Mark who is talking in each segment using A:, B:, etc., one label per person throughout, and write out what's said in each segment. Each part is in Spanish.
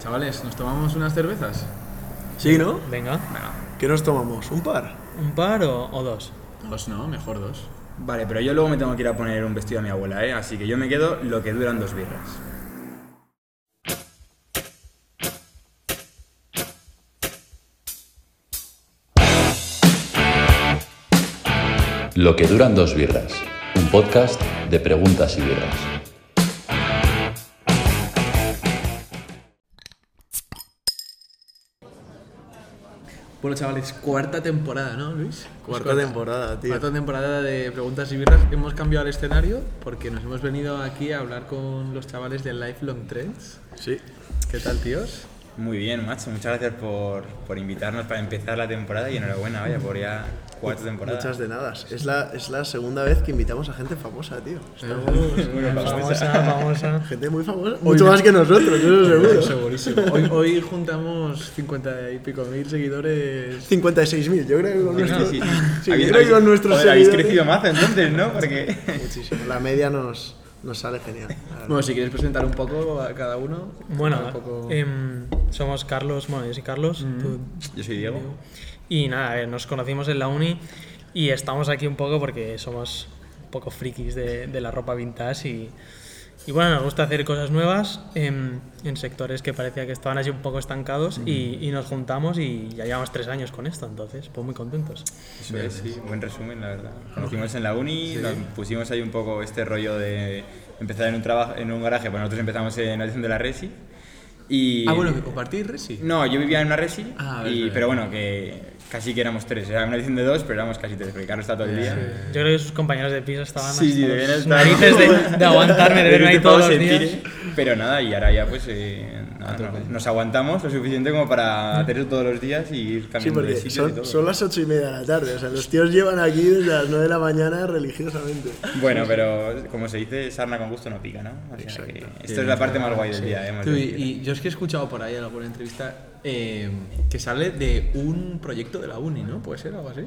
A: Chavales, ¿nos tomamos unas cervezas?
B: Sí, ¿no?
C: Venga,
A: Venga.
B: ¿Qué nos tomamos? ¿Un par?
C: ¿un par o, o dos?
A: Dos no, mejor dos.
D: Vale, pero yo luego me tengo que ir a poner un vestido a mi abuela, ¿eh? Así que yo me quedo lo que duran dos birras.
E: Lo que duran dos birras, un podcast de preguntas y birras.
C: Bueno, chavales, cuarta temporada, ¿no, Luis?
B: Cuarta temporada, tío.
C: Cuarta temporada de Preguntas y Birras. Hemos cambiado el escenario porque nos hemos venido aquí a hablar con los chavales de Lifelong Trends.
B: Sí.
C: ¿Qué tal, tíos?
D: Muy bien, macho. Muchas gracias por, por invitarnos para empezar la temporada y enhorabuena, vaya, por ya cuatro temporadas.
B: Muchas de nada. Es la, es la segunda vez que invitamos a gente famosa, tío.
D: Eh.
C: famosa, famosa.
B: Gente muy famosa. Mucho más que nosotros, eso seguro.
C: Segurísimo. Hoy, hoy juntamos 50 y pico mil seguidores.
B: 56.000, yo creo que con nuestros,
D: Sí, sí.
B: sí,
D: Habéis-
B: yo creo que con
D: habéis-
B: nuestros
D: joder, habéis
B: seguidores-
D: crecido más entonces, ¿no? Porque...
B: Muchísimo. La media nos, nos sale genial. la verdad.
C: Bueno, si quieres presentar un poco a cada uno.
F: Bueno,
C: un poco-
F: em, somos Carlos, bueno, yo soy Carlos,
B: Mm.
F: tú-
D: Yo soy Diego.
F: y nada, a ver, nos conocimos en la uni y estamos aquí un poco porque somos un poco frikis de, de la ropa vintage y, y bueno, nos gusta hacer cosas nuevas em, en sectores que parecía que estaban así un poco estancados y, y nos juntamos y ya llevamos tres años con esto, entonces, pues muy contentos.
D: Eso es, sí, buen resumen, la verdad. Nos Conocimos en la uni, nos pusimos ahí un poco este rollo de empezar en un trabajo, en un garaje, pues nosotros empezamos en la habitación de la Resi. Y
C: Ah, bueno, que compartís, Resi.
D: No, eh, yo vivía en una Resi,
C: Ah,
D: y-
C: vale.
D: pero bueno, que casi que éramos tres. Era una edición de dos, pero éramos casi tres, porque Carlos está todo el día.
F: Yo creo que sus compañeros de piso estaban
D: Eh. Sí, sí,
F: hasta
D: deben
F: los
D: estar-
F: narices de, de aguantarme, de verme ahí
D: Este
F: todos
D: pavo
F: los
D: se
F: días.
D: pire, Pero nada, y ahora ya pues eh, nada, no- nos aguantamos lo suficiente como para hacer eso todos los días y ir
B: Sí,
D: cambiando de
B: porque
D: sitio y
B: son,
D: todo.
B: son las ocho y media de la tarde. O sea, los tíos llevan aquí desde las 9 de la mañana religiosamente.
D: Bueno, pero como se dice, sarna con gusto no pica, ¿no? O sea que esto es la parte más guay del día, ¿eh? hemos
C: Tú,
D: de
C: y,
D: decir.
C: y yo es que he escuchado por ahí en alguna entrevista eh, que sale de un proyecto de la uni, ¿no? ¿Puede ser algo así?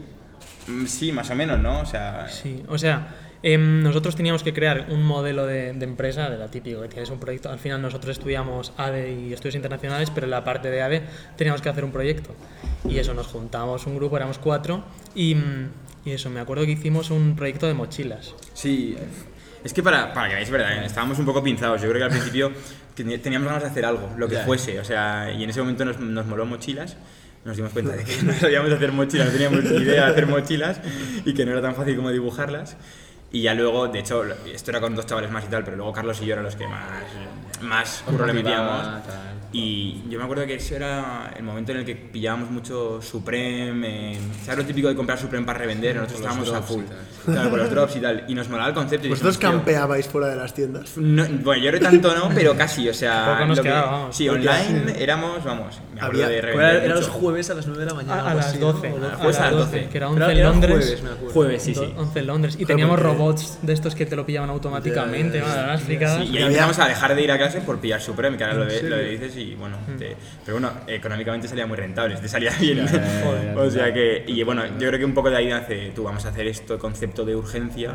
D: Mm, Sí, más o menos, ¿no? O sea,
F: Sí, o sea, em, nosotros teníamos que crear un modelo de, de empresa, de la típico, que tienes un proyecto. Al final nosotros estudiamos ADE y estudios internacionales, pero en la parte de ADE teníamos que hacer un proyecto. Y eso, nos juntamos un grupo, éramos cuatro, y, mm, y eso, me acuerdo que hicimos un proyecto de mochilas.
D: Sí, es que para, para que veáis, verdad, estábamos un poco pinzados. Yo creo que al principio teni- teníamos ganas de hacer algo, lo que fuese. O sea, y en ese momento nos, nos moló mochilas. Nos dimos cuenta de que no sabíamos hacer mochilas, no teníamos ni idea de hacer mochilas y que no era tan fácil como dibujarlas. Y ya luego, de hecho, lo- esto era con dos chavales más y tal, pero luego Carlos y yo eran los que más, más curro le metíamos.
C: motivaba, tal.
D: Y yo me acuerdo que eso era el momento en el que pillábamos mucho Supreme, eh, ¿sabes lo típico de comprar Supreme para revender? Nosotros estábamos a
C: drops y
D: full.
C: tal.
D: Claro, con los drops y tal. Y nos molaba el concepto. y
B: Vosotros
D: dijimos, tío,
B: campeabais fuera de las tiendas.
D: no- bueno, yo no tanto no, pero casi, o sea...
F: Poco nos
D: lo que-
F: quedaba, vamos.
D: Sí, online éramos, vamos, me acuerdo
B: Había-
D: de
C: ¿Cuál era,
D: revender
C: era los
D: mucho.
C: jueves a las 9 de la mañana.
F: A, a
C: algo así,
F: las
C: ¿no?
F: 12.
C: O
D: Ah,
C: doce.
D: pues a las 12.
F: Que
C: Pero
F: era 11 en
C: era
F: Londres.
C: Jueves, me acuerdo.
D: Jueves, sí, sí.
F: 11 en Londres. Y
B: Joder,
F: teníamos
B: porque-
F: robots de estos que te lo pillaban automáticamente,
B: Ya,
F: madre, unas
D: Sí,
F: fricadas.
D: y ahí empezamos a dejar de ir a clase por pillar Supreme, que ahora lo, de- lo de dices y bueno, te- pero bueno, económicamente salía muy rentable, te salía bien. o sea que, y bueno, yo creo que un poco de ahí nace, tú vamos a hacer esto, el concepto de urgencia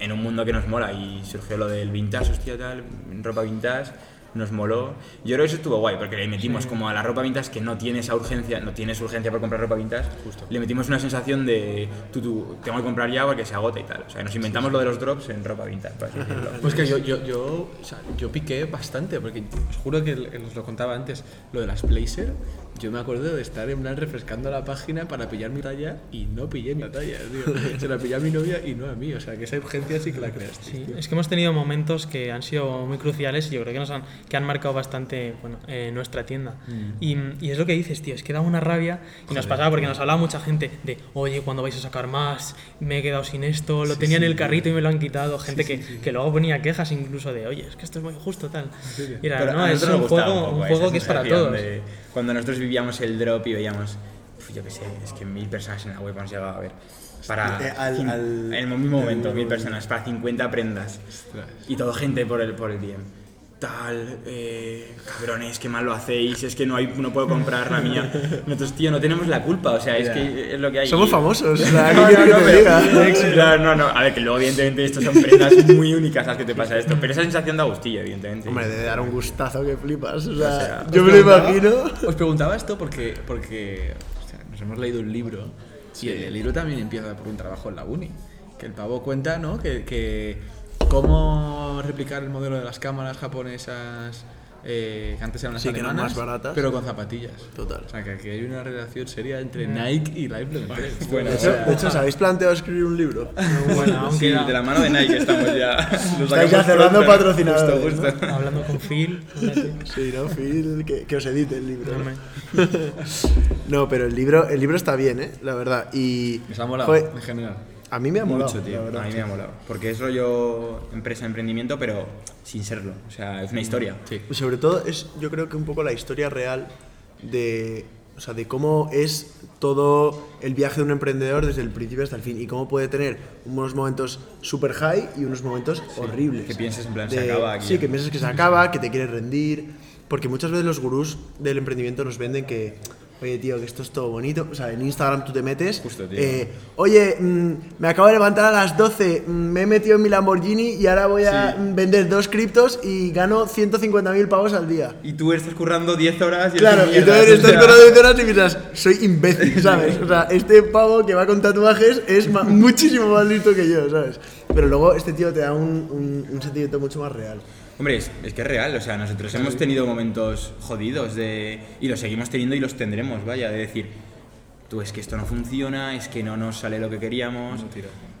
D: en un mundo que nos mola y surgió lo del vintage, hostia, tal, ropa vintage. Nos moló. Yo creo que eso estuvo guay, porque le metimos como a la ropa vintage que no tiene esa urgencia, no tienes urgencia por comprar ropa vintage, le metimos una sensación de tú, tú, tengo que comprar ya porque se agota y tal. O sea, nos inventamos lo de los drops en ropa vintage, por así decirlo.
C: Pues que yo, yo, yo, o sea, yo piqué bastante, porque os juro que l- os lo contaba antes, lo de las Placer, yo me acuerdo de estar en plan refrescando la página para pillar mi talla y no pillé mi talla, tío. Se la pillé a mi novia y no a mí, o sea, que esa urgencia sí que la creaste.
F: Sí, es que hemos tenido momentos que han sido muy cruciales y yo creo que nos han, que han marcado bastante bueno, eh, nuestra tienda.
D: Mm.
F: Y, y es lo que dices, tío, es que da una rabia y nos pasaba porque nos hablaba mucha gente de, oye, ¿cuándo vais a sacar más? Me he quedado sin esto, lo tenía en el carrito y me lo han quitado. Gente que, que luego ponía quejas incluso de, oye, es que esto es muy justo, tal. Y era,
D: Pero
F: no,
D: a
F: es
D: nosotros
F: un
D: nos gustaba
F: juego, un
D: esa
F: juego que es para
D: sensación
F: todos.
D: de cuando nosotros vivíamos el drop y veíamos, "Uf, yo qué sé, es que mil personas en la web han llegado a ver. Para
B: Eh, al-
D: cin-
B: al-
D: en el mismo momento, mil personas, para 50 prendas. Y todo gente por el, por el DM. tal, eh, cabrones, qué mal lo hacéis, es que no, hay, no puedo comprar la mía. Nosotros, tío, no tenemos la culpa, o sea, es que es lo que hay.
B: Somos
D: Y-
B: famosos. o sea,
D: No,
B: ¿qué
D: no,
B: quieres
D: no,
B: que te
D: pero-
B: diga?
D: Claro, no, no. A ver, que luego, evidentemente, estas son prendas muy únicas las que te pasa esto. Pero esa sensación da gustillo, evidentemente.
B: Hombre, debe dar un gustazo que flipas. O sea,
D: sea,
B: yo
C: Os
B: me lo
C: preguntaba-
B: imagino.
C: Os preguntaba esto porque, porque hostia, nos hemos leído un libro y el, el libro también empieza por un trabajo en la uni. Que el pavo cuenta, ¿no? Que, que cómo replicar el modelo de las cámaras japonesas eh, que antes eran las
B: Sí, que eran
C: alemanas,
B: más baratas.
C: pero con zapatillas.
B: Total.
C: O sea, que aquí hay una relación seria entre Nike y la implementación. Bueno,
B: De hecho, de hecho, ¿os habéis planteado escribir un libro?
F: Bueno, aún
D: Sí,
F: queda.
D: de la mano de Nike estamos ya. Nos
B: Estáis ya
D: sacamos
B: cerrando
D: pronto,
B: patrocinadores,
D: Justo, justo.
F: Hablando con Phil. fíjate.
B: Sí, ¿no, Phil? Que, que os edite el libro.
F: No me-
B: No, pero el libro, el libro está bien, ¿eh? La verdad. Y.
C: nos ha molado,
B: Joder,
C: en general.
B: a mí me ha molado.
D: Mucho, tío.
B: la verdad.
D: A mí me ha molado. Porque es rollo empresa, emprendimiento, pero sin serlo. O sea,
F: Mm,
D: es una historia.
C: Sí.
B: Pues Sobre todo es, yo creo que un poco la historia real de, o sea, de cómo es todo el viaje de un emprendedor desde el principio hasta el fin y cómo puede tener unos momentos super high y unos momentos horribles.
D: que pienses en plan, se acaba aquí.
B: Sí, que piensas que se acaba, que te quieres rendir, porque muchas veces los gurús del emprendimiento nos venden que Oye, tío, que esto es todo bonito. O sea, en Instagram tú te metes.
D: Justo, tío.
B: eh, Oye, mm, me acabo de levantar a las 12. mm, me he metido en mi Lamborghini y ahora voy a
D: Sí.
B: mm, vender dos criptos y gano 150.000 pavos al día.
D: Y tú estás currando 10 horas y
B: Claro,
D: haces
B: y entonces
D: mierdas, o
B: estás
D: sea,
B: con las horas y piensas, soy imbécil, ¿sabes? O sea, este pavo que va con tatuajes es ma- muchísimo más listo que yo, ¿sabes? Pero luego este tío te da un, un- un sentimiento mucho más real.
D: Hombre, es, es que es real, o sea, nosotros hemos tenido momentos jodidos de, y los seguimos teniendo y los tendremos, vaya, de decir, tú es que esto no funciona, es que no nos sale lo que queríamos,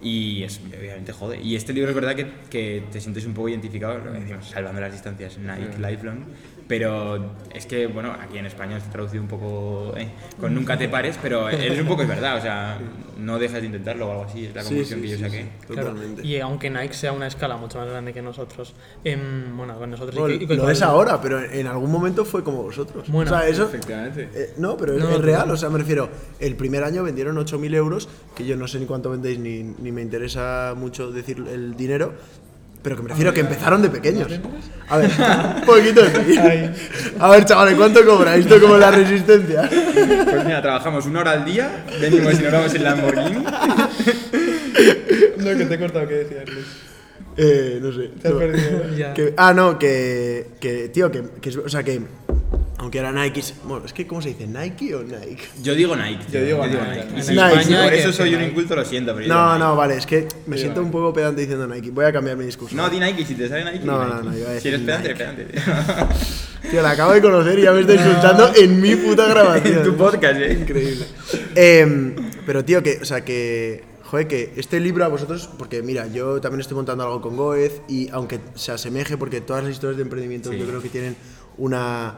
D: y es, obviamente jode. Y este libro es verdad que, que te sientes un poco identificado, lo que decimos, salvando las distancias, Nike, Lifelong, pero es que, bueno, aquí en España está traducido un poco eh, con nunca te pares, pero es un poco es verdad, o sea, no dejas de intentarlo o algo así, es la conclusión que yo saqué.
F: Claro,
B: Totalmente.
F: Y aunque Nike sea una escala mucho más grande que nosotros, em, bueno, con nosotros y
B: Bueno,
F: que- y con-
B: lo es ahora, pero en algún momento fue como vosotros.
F: Bueno,
B: o sea, eso,
C: Efectivamente.
B: eh, no, pero es,
F: No,
B: es
F: no.
B: real. O sea, me refiero, el primer año vendieron 8.000 euros, que yo no sé ni cuánto vendéis, ni, ni me interesa mucho decir el dinero. Pero que me refiero que empezaron de pequeños. A ver, un poquito sí. A ver, chavales, ¿cuánto cobra esto como la resistencia?
D: Pues mira, trabajamos una hora al día, venimos y nos vamos en Lamborghini.
G: No, que te he cortado, que decías, Luis.
B: Eh, no sé.
G: Te has
B: No.
G: perdido.
F: Ya.
B: Que- ah, no, que, que tío, que, que es- o sea, que aunque era Nike, es- bueno, es que ¿cómo se dice? ¿Nike o Nike?
D: Yo digo Nike. tío,
G: Yo digo Nike.
D: Nike.
F: En
D: Y si-
B: Nike.
D: si por
F: Nike,
D: eso
F: que-
D: soy un
F: Nike.
D: inculto, lo siento, pero yo
B: No,
D: digo
B: no,
D: Nike.
B: vale, es que me siento un poco pedante diciendo Nike. Voy a cambiar mi discurso.
D: No, di Nike, si te sale Nike. di
B: No,
D: Nike.
B: no, no, iba a
D: Si
B: decir
D: eres pedante,
B: Nike.
D: eres pedante. tío.
B: Tío, la acabo de conocer y ya me está insultando en mi puta grabación.
D: En tu podcast, eh.
B: Increíble. Em, pero tío, que, o sea, que, joder, que este libro a vosotros, porque mira, yo también estoy montando algo con Goez y aunque se asemeje, porque todas las historias de emprendimiento yo creo que tienen una,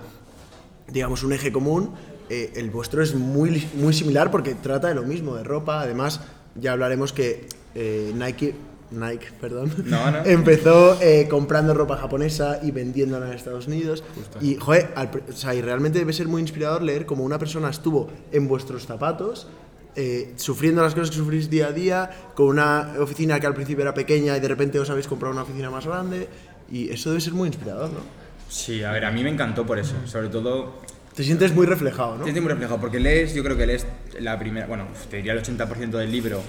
B: digamos, un eje común, eh, el vuestro es muy, muy similar porque trata de lo mismo, de ropa, además ya hablaremos que eh, Nike... Nike, perdón.
D: No, no.
B: Empezó eh, comprando ropa japonesa y vendiéndola en Estados Unidos. Y, joder, al pr- o sea, y realmente debe ser muy inspirador leer cómo una persona estuvo en vuestros zapatos, eh, sufriendo las cosas que sufrís día a día, con una oficina que al principio era pequeña y de repente os habéis comprado una oficina más grande. Y eso debe ser muy inspirador, ¿no?
D: Sí, a ver, a mí me encantó por eso. Sobre todo,
B: Te sientes muy reflejado, ¿no?
D: te sientes muy reflejado, porque lees, yo creo que lees la primera, bueno, uf, te diría el 80% del libro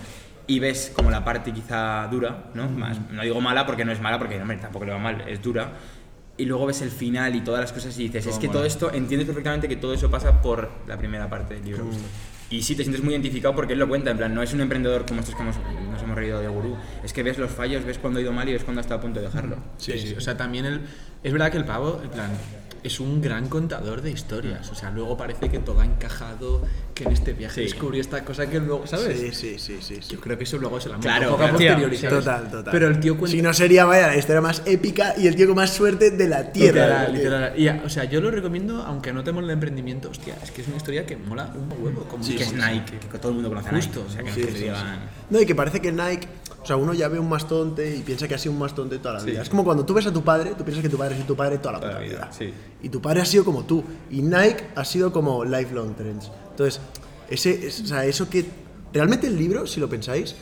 D: y ves como la parte quizá dura, ¿no? Más, no digo mala porque no es mala, porque hombre, tampoco le va mal, es dura. Y luego ves el final y todas las cosas y dices, es que todo esto, entiendes perfectamente que todo eso pasa por la primera parte del libro. Y sí, te sientes muy identificado porque él lo cuenta, en plan, no es un emprendedor como estos que hemos- nos hemos reído de gurú, es que ves los fallos, ves cuando ha ido mal y ves cuando ha estado a punto de dejarlo.
C: Sí, sí, O sea, también el, es verdad que el pavo, en plan, es un gran contador de historias. O sea, luego parece que todo ha encajado, que en este viaje
D: Sí.
C: descubrí esta cosa que luego, ¿sabes?
B: Sí, sí, sí, sí. sí.
C: Yo creo que eso luego se la
D: Claro,
C: poco
D: claro.
C: a posteriori,
F: Sí,
C: ¿sabes?
B: Total, total.
C: Pero el tío cuenta.
B: Si no sería, vaya, la historia más épica y el tío con más suerte de la tierra.
C: Literal,
B: Porque-
C: literal. Y, o sea, yo lo recomiendo, aunque no te mole el emprendimiento, hostia, es que es una historia que mola un huevo. Como
D: Sí, que es
C: como-
D: Nike, que todo el mundo conoce a Nike.
C: Justo,
D: o sea, que
C: ¿no?
D: no
C: Sí,
D: es que te
C: sí,
D: digan-
B: No, y que parece que Nike, o sea, uno ya ve un mastodonte y piensa que ha sido un mastodonte toda la vida. Es como cuando tú ves a tu padre, tú piensas que tu padre ha sido tu padre toda la,
D: Toda
B: puta
D: la vida,
B: vida.
D: sí.
B: Y tu padre ha sido como tú. Y Nike ha sido como lifelong trends. Entonces, ese, es- o sea, eso que. Realmente el libro, si lo pensáis,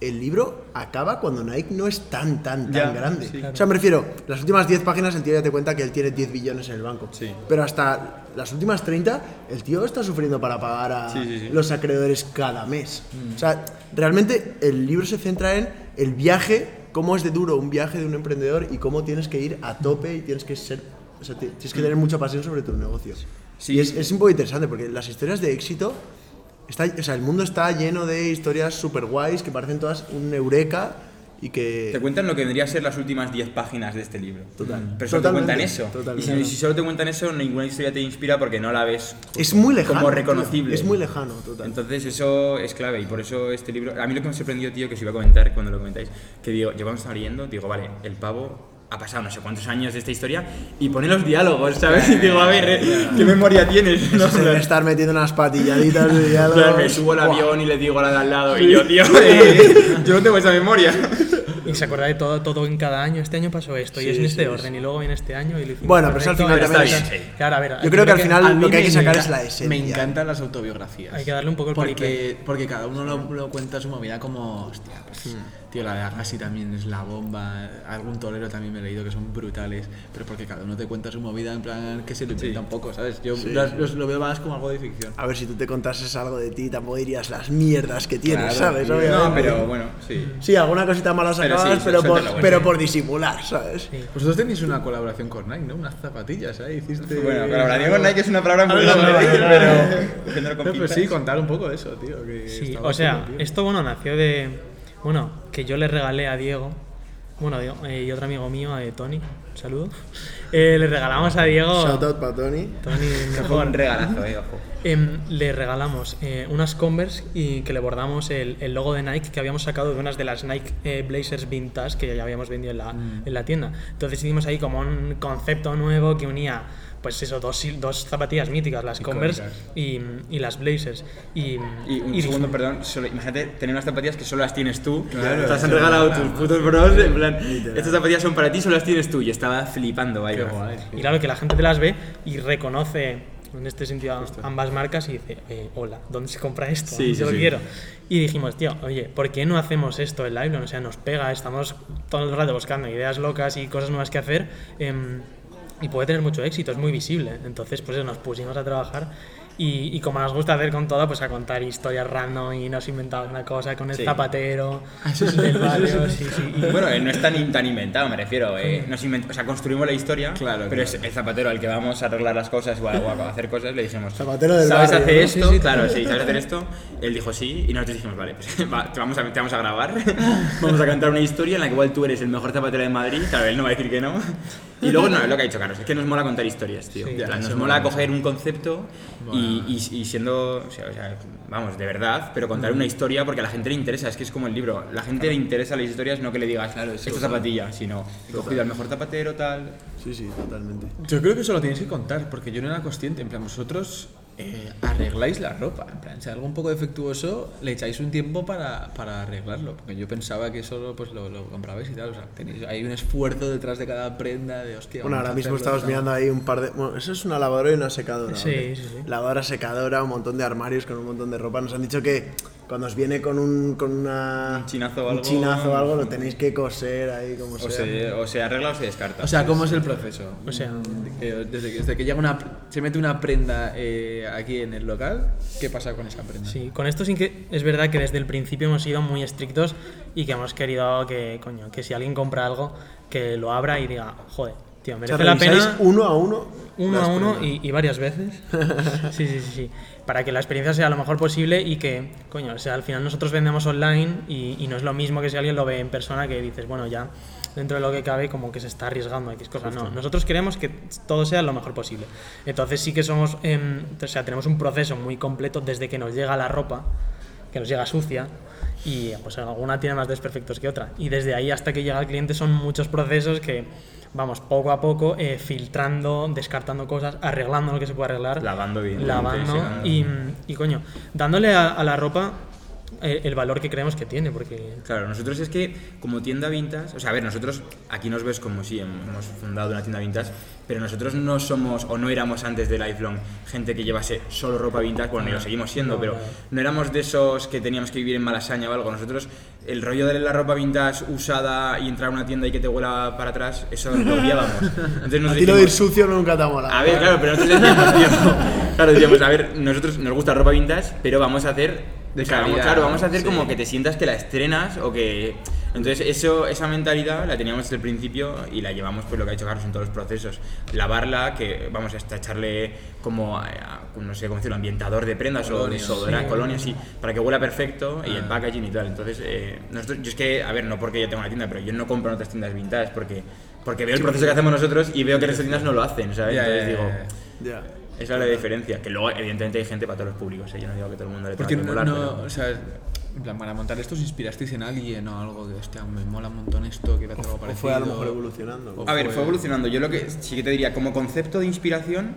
B: el libro acaba cuando Nike no es tan, tan, tan
C: Ya,
B: grande.
C: sí, claro.
B: O sea, me refiero, las últimas 10 páginas el tío ya te cuenta que él tiene 10 billones en el banco.
C: Sí.
B: Pero hasta las últimas 30, el tío está sufriendo para pagar a
C: Sí, sí, Mm. sí.
B: los acreedores cada mes. O sea, realmente el libro se centra en el viaje, cómo es de duro un viaje de un emprendedor y cómo tienes que ir a tope y tienes que ser... o sea, ti- tienes que tener mucha pasión sobre tu negocio.
D: Sí.
B: Y es, es un poco interesante porque las historias de éxito Está, o sea, el mundo está lleno de historias super guays que parecen todas un eureka y que.
D: Te cuentan lo que vendría a ser las últimas 10 páginas de este libro. Total. Pero solo
B: Totalmente,
D: te cuentan eso.
B: totalmente.
D: Y si- y si, solo te cuentan eso, ninguna historia te inspira porque no la ves
B: es muy lejano.
D: como
B: tío.
D: reconocible.
B: Es muy lejano, total.
D: Entonces eso es clave y por eso este libro... A mí lo que me sorprendió, tío, que os iba a comentar cuando lo comentáis, que digo, llevamos abriendo, digo, vale, el pavo ha pasado no sé cuántos años de esta historia y pone los diálogos, ¿sabes? Y digo, a ver, eh, ¿qué memoria tienes? No,
B: Eso se debe estar metiendo unas patilladitas de
D: en
B: diálogo.
D: plan, me subo al
B: Buah.
D: avión y le digo a la de al lado y yo, tío, eh, yo no tengo esa memoria.
F: Y se acuerda de todo, todo en cada año. Este año pasó esto, y es en este orden, y luego viene este año. Y lo hicimos
B: Bueno, pero eso al
F: perfecto,
B: final
D: Pero
F: ahora
D: está
B: también.
D: bien, sí.
F: Claro, a ver,
B: Yo creo que al
C: A
B: final
C: mí
B: lo que hay
C: me
B: que sacar
C: encanta-
B: es la esencia.
C: Me encantan las autobiografías.
F: Hay que darle un poco el
C: porque, porque cada uno lo, lo cuenta su movida como. Hostia, pues,
F: Hmm.
C: tío, la de Agassi también es la bomba. Algún torero también me he leído que son brutales. Pero porque cada uno te cuenta su movida en plan que se lo inventa un poco, ¿sabes? Yo las- los- lo veo más como algo de ficción.
B: A ver si tú te contases algo de ti, tampoco dirías las mierdas que tienes,
D: Claro,
B: ¿sabes?
D: tío.
B: Obviamente.
D: No, pero bueno, sí.
B: Sí, alguna cosita mala
D: Pero
B: sacabas,
D: sí,
B: pero,
D: suéltalo,
B: por,
D: bueno.
B: pero por disimular, ¿sabes?
F: Sí.
C: Vosotros tenéis una colaboración con Nike, ¿no? Unas zapatillas, ¿eh? Hiciste.
D: Bueno, colaboración con Nike es una palabra
C: Ah,
D: muy grande, pero defiéndelo con
C: No, pero
D: pinzas.
C: sí, contar un poco de eso, tío. que
F: Sí,
C: está
F: o sea, este
C: bastante bien.
F: esto bueno nació de. Bueno, que yo le regalé a Diego. Bueno, Diego, eh, y otro amigo mío, eh, Tony, un saludo. eh, le regalamos a
D: Oh.
F: Diego.
B: Shout out para Tony.
F: Tony,
D: Fue
F: mejor.
D: un regalazo, eh, ojo.
F: Em, le regalamos eh, unas Converse y que le bordamos el, el logo de Nike que habíamos sacado de unas de las Nike eh, Blazers Vintage que ya habíamos vendido en la,
D: Mm.
F: en la tienda. Entonces hicimos ahí como un concepto nuevo que unía, pues eso, dos, sil- dos zapatillas míticas, las Converse y, y las Blazers. Y,
D: Y un
F: y
D: segundo, perdón, solo- imagínate tener unas zapatillas que solo las tienes tú. te las han regalado tus putos bros. En plan, estas zapatillas son para ti, solo las tienes tú. Y estaba flipando, vaya.
F: Y claro, que la gente te las ve y reconoce en este sentido a- ambas marcas y dice, eh, hola, ¿dónde se compra esto?
D: Sí,
F: Yo
D: sí,
F: lo
D: sí.
F: quiero. Y dijimos, tío, oye, ¿por qué no hacemos esto en Live? O sea, nos pega, estamos todo el rato buscando ideas locas y cosas nuevas que hacer em, y puede tener mucho éxito, es muy visible. Entonces, pues eso, nos pusimos a trabajar. Y, y como nos gusta hacer con todo, pues a contar historias random y nos inventamos una cosa con el
D: Sí. Ah,
F: zapatero del barrio, sí, sí, y-
D: Bueno, eh, no es tan, in- tan inventado, me refiero. eh, nos invent- o sea, construimos la historia,
C: Claro, claro.
D: pero es el zapatero al que vamos a arreglar las cosas o a, o a hacer cosas. Le dijimos,
B: Zapatero del
D: ¿sabes
B: barrio,
D: hacer
B: ¿no?
D: esto? claro, sí, ¿sabes hacer esto? Él dijo sí, y nosotros dijimos, vale, pues, va, te, vamos a, te vamos a grabar, vamos a cantar una historia en la que igual tú eres el mejor zapatero de Madrid. Claro, él no va a decir que no. Y luego, no, es lo que ha dicho Carlos, es que nos mola contar historias, tío.
F: Sí.
D: En plan, nos mola coger un concepto y, y- y siendo, o sea, o sea, vamos, de verdad, pero contar una historia porque a la gente le interesa, es que es como el libro. La gente le interesa las historias, no que le digas, esta zapatilla, sino he cogido al mejor zapatero, tal.
B: Sí, sí, totalmente.
C: Yo creo que eso lo tenéis que contar, porque yo no era consciente. En plan, vosotros eh, arregláis la ropa. En plan, si algo un poco defectuoso, le echáis un tiempo para, para arreglarlo. Porque yo pensaba que solo pues, lo, lo comprabais y tal. O sea, tenéis, hay un esfuerzo detrás de cada prenda de hostia.
B: Bueno,
C: vamos
B: ahora
C: a hacerlo,
B: mismo estamos
C: tal.
B: mirando ahí un par de. Bueno, eso es una lavadora y una secadora.
F: Sí,
B: ¿vale?
F: sí, sí.
B: Lavadora, secadora, un montón de armarios con un montón de ropa. Nos han dicho que cuando os viene con un, con una,
D: Un chinazo o
B: un
D: algo.
B: chinazo o algo, lo tenéis que coser ahí, como
D: O
B: sea.
D: se, o se arregla o se descarta.
C: O sea, ¿cómo es el proceso?
F: O sea,
C: Eh, Desde que, desde que llega una, se mete una prenda eh, aquí en el local, ¿qué pasa con esa prenda?
F: Sí, con esto sí que es verdad que desde el principio hemos sido muy estrictos y que hemos querido que, coño, que si alguien compra algo, que lo abra y diga, joder, tío,
B: O sea,
F: merece la
B: revisáis
F: pena
B: uno a uno.
F: uno
B: las
F: a uno
B: prendas.
F: y, y varias veces. Sí, sí, sí, sí. Para que la experiencia sea lo mejor posible y que, coño, o sea, al final nosotros vendemos online y, y no es lo mismo que si alguien lo ve en persona que dices, bueno, ya dentro de lo que cabe como que se está arriesgando X cosas. No, nosotros queremos que todo sea lo mejor posible. Entonces sí que somos, em, o sea, tenemos un proceso muy completo desde que nos llega la ropa, que nos llega sucia. Y pues alguna tiene más desperfectos que otra. Y desde ahí hasta que llega al cliente son muchos procesos que vamos poco a poco eh, filtrando, descartando cosas, arreglando lo que se puede arreglar
D: Lavando, evidentemente,
F: lavando
D: secando.
F: y, y, coño, dándole a, a la ropa eh, el, el valor que creemos que tiene, porque
D: Claro, nosotros es que como tienda vintage, o sea, a ver, nosotros aquí nos ves como si hemos fundado una tienda vintage, pero nosotros no somos o no éramos antes de Lifelong gente que llevase solo ropa vintage, bueno, ni lo seguimos siendo,
F: No,
D: pero
F: no.
D: no éramos de esos que teníamos que vivir en Malasaña o algo. Nosotros, el rollo de la ropa vintage usada y entrar a una tienda y que te huela para atrás, eso lo odiábamos. Entonces nos
B: A ti lo de ir
D: dijimos,
B: sucio nunca te ha molado.
D: a ver, claro, pero nosotros decíamos, tío, claro, decíamos, a ver, nosotros nos gusta ropa vintage, pero vamos a hacer,
C: De
D: claro, vamos,
C: calidad,
D: claro, vamos a hacer
C: sí.
D: como que te sientas que la estrenas o que... Entonces, eso, esa mentalidad la teníamos desde el principio y la llevamos, pues lo que ha hecho Carlos en todos los procesos. Lavarla, que vamos hasta echarle como, eh, a- no sé cómo decirlo, ambientador de prendas o
C: Colonia,
D: desodorante,
F: sí.
D: colonia, sí, para que huela perfecto y el packaging y tal. Entonces, eh, nosotros, yo es que, a ver, no porque yo tengo una tienda, pero yo no compro en otras tiendas vintage porque, porque veo el proceso que hacemos nosotros y veo que las tiendas no lo hacen, ¿sabes?
C: Ya,
D: Entonces
C: ya, ya,
D: digo,
C: ya.
B: Ya.
D: esa es la diferencia. Que luego, evidentemente, hay gente para todos los públicos. ¿eh? Yo no digo que todo el mundo le tenga
C: Porque
D: que
C: no,
D: molar,
C: no,
D: pero-
C: o sea, en plan, para montar esto, ¿os inspirasteis en alguien o algo de, hostia, me mola un montón esto, quiero hacer algo
B: O
C: parecido?
B: fue a lo mejor evolucionando.
D: A ver, fue evolucionando. Yo lo que sí que te diría, como concepto de inspiración,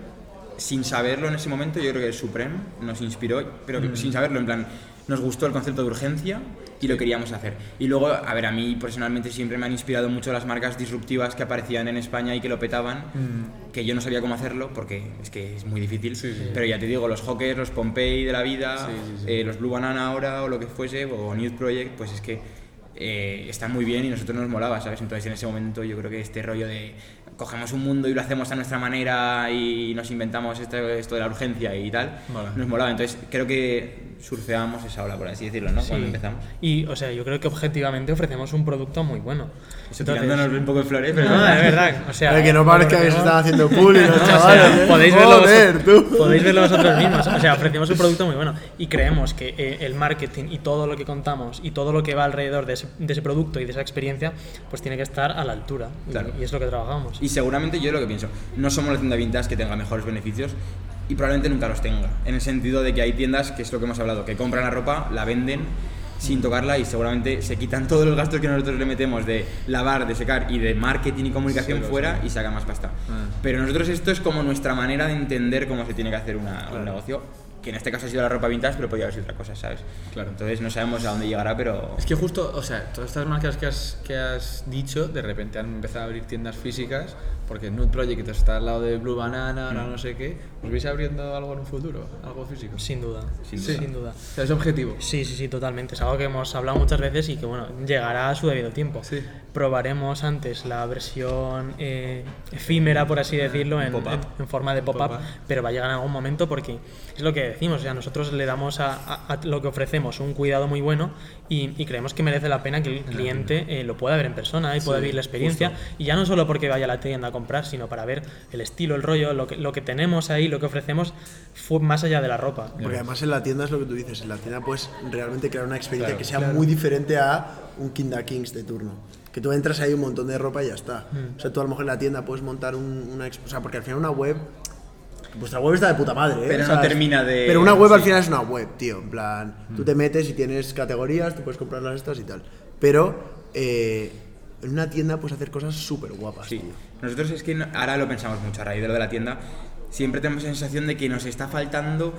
D: sin saberlo en ese momento, yo creo que Supreme nos inspiró, pero que-
C: Mm.
D: sin saberlo, en plan, nos gustó el concepto de urgencia y lo queríamos hacer. Y luego, a ver, a mí personalmente siempre me han inspirado mucho las marcas disruptivas que aparecían en España y que lo petaban,
C: Mm.
D: que yo no sabía cómo hacerlo porque es que es muy difícil. Pero ya te digo, los Hawkers, los Pompey de la vida, eh, los Blue Banana ahora o lo que fuese, o News Project, pues es que eh, está muy bien y nosotros nos molaba, ¿sabes? Entonces en ese momento yo creo que este rollo de cogemos un mundo y lo hacemos a nuestra manera y nos inventamos esto, esto de la urgencia y tal,
C: Vale.
D: nos molaba. Entonces creo que surfeábamos esa ola, por así decirlo, ¿no?
F: Sí.
D: Cuando empezamos.
F: Y, o sea, yo creo que objetivamente ofrecemos un producto muy bueno.
D: Eso
F: Entonces-
D: tirándonos un poco de flores, pero...
F: No, es verdad. O sea,
B: Para que no parezca que se están haciendo bullying los
F: No, o sea,
B: chavales. ¿eh?
F: podéis, verlo
B: Joder,
F: vosotros,
B: tú.
F: podéis verlo vosotros mismos. O sea, ofrecemos un producto muy bueno y creemos que eh, el marketing y todo lo que contamos y todo lo que va alrededor de ese, de ese producto y de esa experiencia, pues tiene que estar a la altura. Y,
D: Claro.
F: y es lo que trabajamos.
D: Y seguramente yo lo que pienso, no somos la tienda vintage que tenga mejores beneficios y probablemente nunca los tenga. En el sentido de que hay tiendas, que es lo que hemos hablado, que compran la ropa, la venden sin tocarla y seguramente se quitan todos los gastos que nosotros le metemos de lavar, de secar y de marketing y comunicación fuera y sacan más pasta.
C: Ah.
D: Pero nosotros esto es como nuestra manera de entender cómo se tiene que hacer una- un negocio, que en este caso ha sido la ropa vintage, pero podría haber sido otra cosa, ¿sabes?
C: Claro.
D: Entonces no sabemos a dónde llegará, pero...
C: Es que justo, o sea, todas estas marcas que has, que has dicho, de repente han empezado a abrir tiendas físicas, porque Nude Project está al lado de Blue Banana, ahora no sé qué. ¿Os vais abriendo algo en un futuro? ¿Algo físico?
F: Sin duda.
D: Sin duda.
F: Sin duda.
C: O sea, es objetivo.
F: Sí, sí, sí, totalmente. Es algo que hemos hablado muchas veces y que, bueno, llegará a su debido tiempo.
C: Sí.
F: Probaremos antes la versión eh, efímera, por así decirlo, en,
D: pop-up.
F: en- en forma de pop-up,
C: Pop-up.
F: pero va a llegar en algún momento porque es lo que decimos. O sea, nosotros le damos a, a- a lo que ofrecemos un cuidado muy bueno y, y creemos que merece la pena que el cliente eh, lo pueda ver en persona y pueda vivir la experiencia. Y ya no solo porque vaya a la tienda a comprar, sino para ver el estilo, el rollo, lo que, lo que tenemos ahí, lo que ofrecemos, fue más allá de la ropa.
B: Porque además en la tienda es lo que tú dices, en la tienda puedes realmente crear una experiencia que sea muy diferente a un Kinda Kings de turno. Que tú entras ahí un montón de ropa y ya está.
D: Mm.
B: O sea, tú a lo mejor en la tienda puedes montar un- una... ex- O sea, porque al final una web... Vuestra web está de puta madre, ¿eh?
D: Pero
B: O sea,
D: no termina de-
B: Pero una web al
D: sí. Mm.
B: final es una web, tío. En plan, tú te metes y tienes categorías, tú puedes comprar las estas y tal. Pero eh, en una tienda puedes hacer cosas súper guapas,
D: Sí.
B: tío.
D: Nosotros es que no- ahora lo pensamos mucho a raíz de lo de la tienda. Siempre tenemos la sensación de que nos está faltando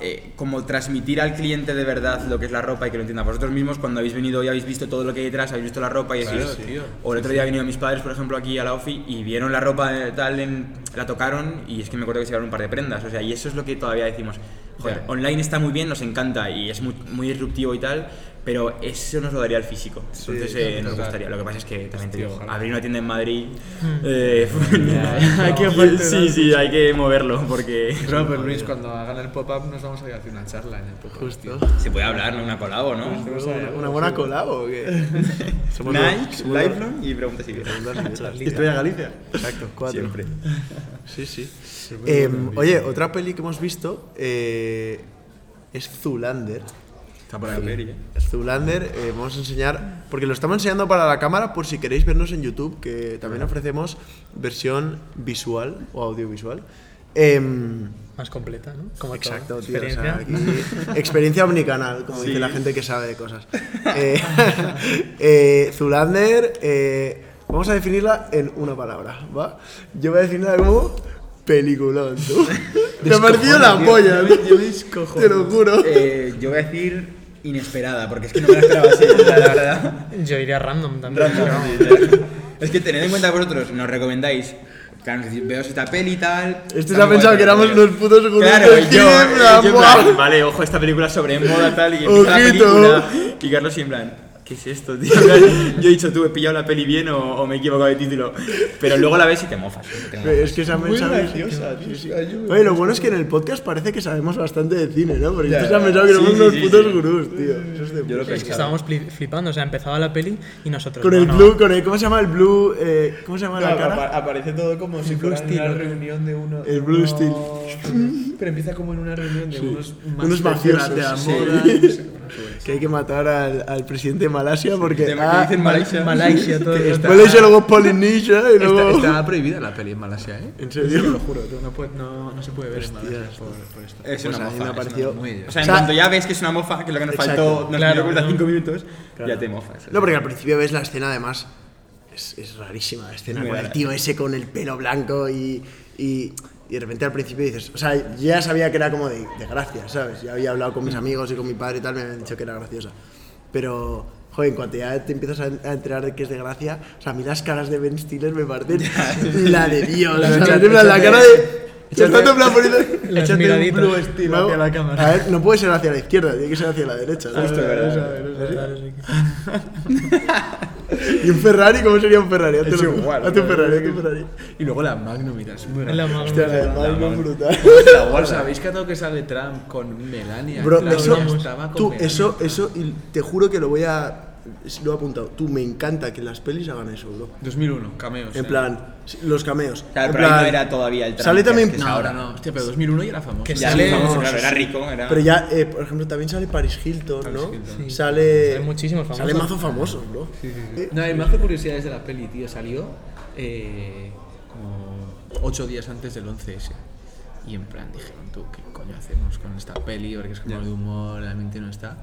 D: eh, como transmitir al cliente de verdad lo que es la ropa y que lo entienda. Vosotros mismos cuando habéis venido y habéis visto todo lo que hay detrás, habéis visto la ropa y
C: Claro,
D: decís,
C: tío.
D: o el otro día vinieron mis padres, por ejemplo, aquí a la OFI y vieron la ropa eh, tal, en- la tocaron y es que me acuerdo que se llevaron un par de prendas. O sea, y eso es lo que todavía decimos. Joder,
C: Ya.
D: online está muy bien, nos encanta y es muy, muy disruptivo y tal, pero eso nos lo daría el físico. Entonces eh, nos
C: total.
D: gustaría. Lo que pasa es que también te
C: Hostia,
D: digo,
C: ojalá.
D: abrir una tienda en Madrid.
B: Hmm.
D: eh,
F: ya,
D: hay que, sí, sí, hay que moverlo porque.
C: No, pero Luis, cuando hagan el pop-up nos vamos a ir a hacer una charla en el pop-up. tío.
D: Se puede hablar, ¿no? Una colabo, ¿no?
B: ¿Una, una buena colabo o qué? Somos los-
D: Nike,
B: somos los-
D: Lifelong y pregunta si quieres.
B: Estrella Galicia. Exacto, cuatro.
D: Siempre.
B: Sí, sí. Eh, oye, otra peli que hemos visto eh, es Zulander.
D: Está por ahí. Peri, ¿eh?
B: Zulander, eh, vamos a enseñar, porque lo estamos enseñando para la cámara por si queréis vernos en YouTube, que también ofrecemos versión visual o audiovisual. Em,
F: más completa, ¿no? Como
B: Exacto,
F: todo,
B: tío. o sea,
F: experiencia.
B: aquí- experiencia omnicanal, como dice la gente que sabe de cosas. Eh, eh, Zulander, eh, vamos a definirla en una palabra, ¿va? Yo voy a definirla como peliculón, tú. Me ha parecido la
C: Yo
B: polla,
C: me-
B: tú.
C: yo me descojo.
B: Te lo juro.
D: Eh, yo voy a decir inesperada, porque es que no me la esperaba así, o sea, la verdad.
F: Yo iría random también.
D: Random,
F: pero vamos.
D: sí, o sea, es que tened en cuenta que vosotros, nos recomendáis. Claro, nos decís, veos esta peli y tal.
B: Este
D: está
B: se ha
D: muy
B: pensado
D: guay,
B: que éramos
D: pero-
B: los putos guruses
D: Claro,
B: del
D: y yo,
B: cine, en plan,
D: yo en
B: ¡buah!
D: plan, vale, ojo, esta película sobre moda tal, y empieza la
B: Ojito.
D: película, y Carlos en plan, ¿qué es esto, tío? En plan, Yo he dicho, tú, ¿he pillado la peli bien o, o me he equivocado de título? Pero luego la ves y te mofas. te mofas.
B: Eh, Es que se han pensado. Oye, lo bueno es que en el podcast parece que sabemos bastante de cine, ¿no? Porque estos se han pensado que
D: Sí,
B: somos
D: sí,
B: unos
D: sí,
B: putos
D: sí.
B: gurús, tío. Eso es de
D: Yo lo
F: Es que
D: pensaba.
F: estábamos fli- flipando, o sea, empezaba la peli y nosotros.
B: Con
F: no,
B: el
F: no.
B: blue, con el, ¿cómo se llama el blue? eh, ¿Cómo se llama la cara?
C: aparece todo como si
F: Blue
C: fuera en una
F: Steel.
C: reunión de uno.
B: El Blue
C: unos-
B: Steel.
C: Pero empieza como en una reunión de unos
B: Unos mafiosos.
C: de la
B: sí.
C: moda.
B: que hay que matar al, al presidente de Malasia porque.
D: Te-
B: ah,
D: dicen Malaysia.
F: Malaysia, todo
C: Que
F: el
C: está-
B: Malaysia, luego Polinesia y luego.
C: Está, está prohibida la peli en Malasia, ¿eh?
B: ¿En serio?
C: Te lo juro, tú, no, puede- no, no se puede ver en Malasia por, por esto.
D: Es
B: Pues
D: una
B: a mí me ha
D: mofa. es una-
B: parecido-
D: muy bien. O
B: O
D: sea, en
B: sea,
D: cuanto ya ves que es una mofa, que es lo que nos faltó,
B: Exacto.
D: nos
F: Claro,
D: dio cuenta
F: ¿no?
D: cinco minutos,
B: Claro.
D: ya te mofas.
B: No, porque al principio ves la escena, además, es, es rarísima la escena,
D: Muy
B: con el
D: rara.
B: tío ese con el pelo blanco y, y, y de repente al principio dices, o sea, ya sabía que era como de, de gracia, ¿sabes? Ya había hablado con mis amigos y con mi padre y tal, me habían dicho que era graciosa. Pero, joder, en cuanto ya te empiezas a, en- a enterar de que es de gracia, o sea, a mí las caras de Ben Stiller me parten la de Dios, o sea,
C: échate-
B: en plan, la
C: échate-
B: cara de... Échate en plan poniendo-
F: Las
B: échate un este.
F: miraditas.
B: blue estilo
C: Luego-
B: hacia la cámara. Ah, A ver, no puede ser hacia la izquierda, tiene que ser hacia la derecha. ¿sabes?
D: Justo, ¿verdad?
B: ¿sabes? ¿Y un Ferrari? ¿Cómo sería un Ferrari? Hazte
C: Es
B: lo-
C: igual,
B: hazte un
C: ¿no?
B: Ferrari, hazte un Ferrari.
C: Y luego la Magnum, mira, es muy
F: Es la
C: rara.
F: más
B: Hostia, la de
F: bonita.
B: Malmo brutal.
C: ¿Os ¿Sabéis que todo que sale Trump con Melania?
B: Bro,
C: Trump
B: eso,
C: ya estaba con
B: tú,
C: Melania.
B: eso, eso, y te juro que lo voy a, lo he apuntado. Tú, me encanta que las pelis hagan eso, bro.
C: 2001, cameos.
B: En
C: eh.
B: plan, los cameos.
D: Claro,
B: en
D: pero ahí
B: plan-
D: no era todavía el Trump
B: Sale
D: que
B: también,
D: es que
C: No,
D: ahora.
C: ahora no. Hostia, pero 2001 ya era famoso.
F: Que
D: Ya,
F: sale-
D: sí,
F: no,
D: famoso, claro,
F: sí,
D: era
F: sí.
D: rico, era...
B: Pero ya, eh, por ejemplo, también sale Paris Hilton,
C: Paris
B: ¿no?
C: Hilton.
B: Sale,
F: Salen muchísimos famosos.
B: Sale mazo famosos, bro. Eh,
C: No, y más de curiosidades de la peli, tío, salió eh, como 8 días antes del 11S. Y en plan dijeron, tú, ¿qué coño hacemos con esta peli? Porque es como de humor, realmente no está.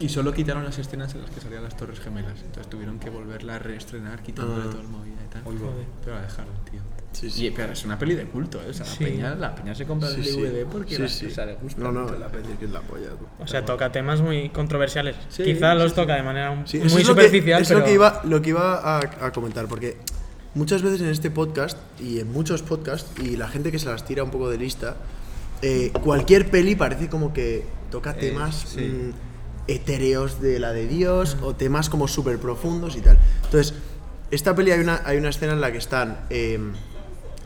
C: Y solo quitaron las escenas en las que salían las Torres Gemelas. Entonces tuvieron que volverla a reestrenar, quitándole
B: Ah.
C: todo el movida y tal.
F: Joder.
C: Pero la dejaron, tío.
B: Sí, sí.
C: Y, pero es una peli de culto, ¿eh? O sea,
F: Sí.
C: la, peña, la peña se compra
B: Sí,
C: el
B: sí.
C: DVD porque
B: Sí,
C: la,
B: sí.
C: o sea, le gusta.
B: No, no,
C: mucho.
B: la peli que es la polla, tú.
F: O sea, toca temas muy controversiales.
C: Sí,
F: Quizá
C: sí,
F: los
C: sí.
F: toca de manera un-
B: Sí, eso
F: muy
B: es lo que-
F: superficial,
B: es
F: pero.
B: lo que iba, lo que iba a, a comentar, porque muchas veces en este podcast y en muchos podcasts, y la gente que se las tira un poco de lista, eh, cualquier peli parece como que toca
F: Eh,
B: temas mm, etéreos de la de Dios o temas como súper profundos y tal. Entonces, esta peli hay una, hay una escena en la que están eh,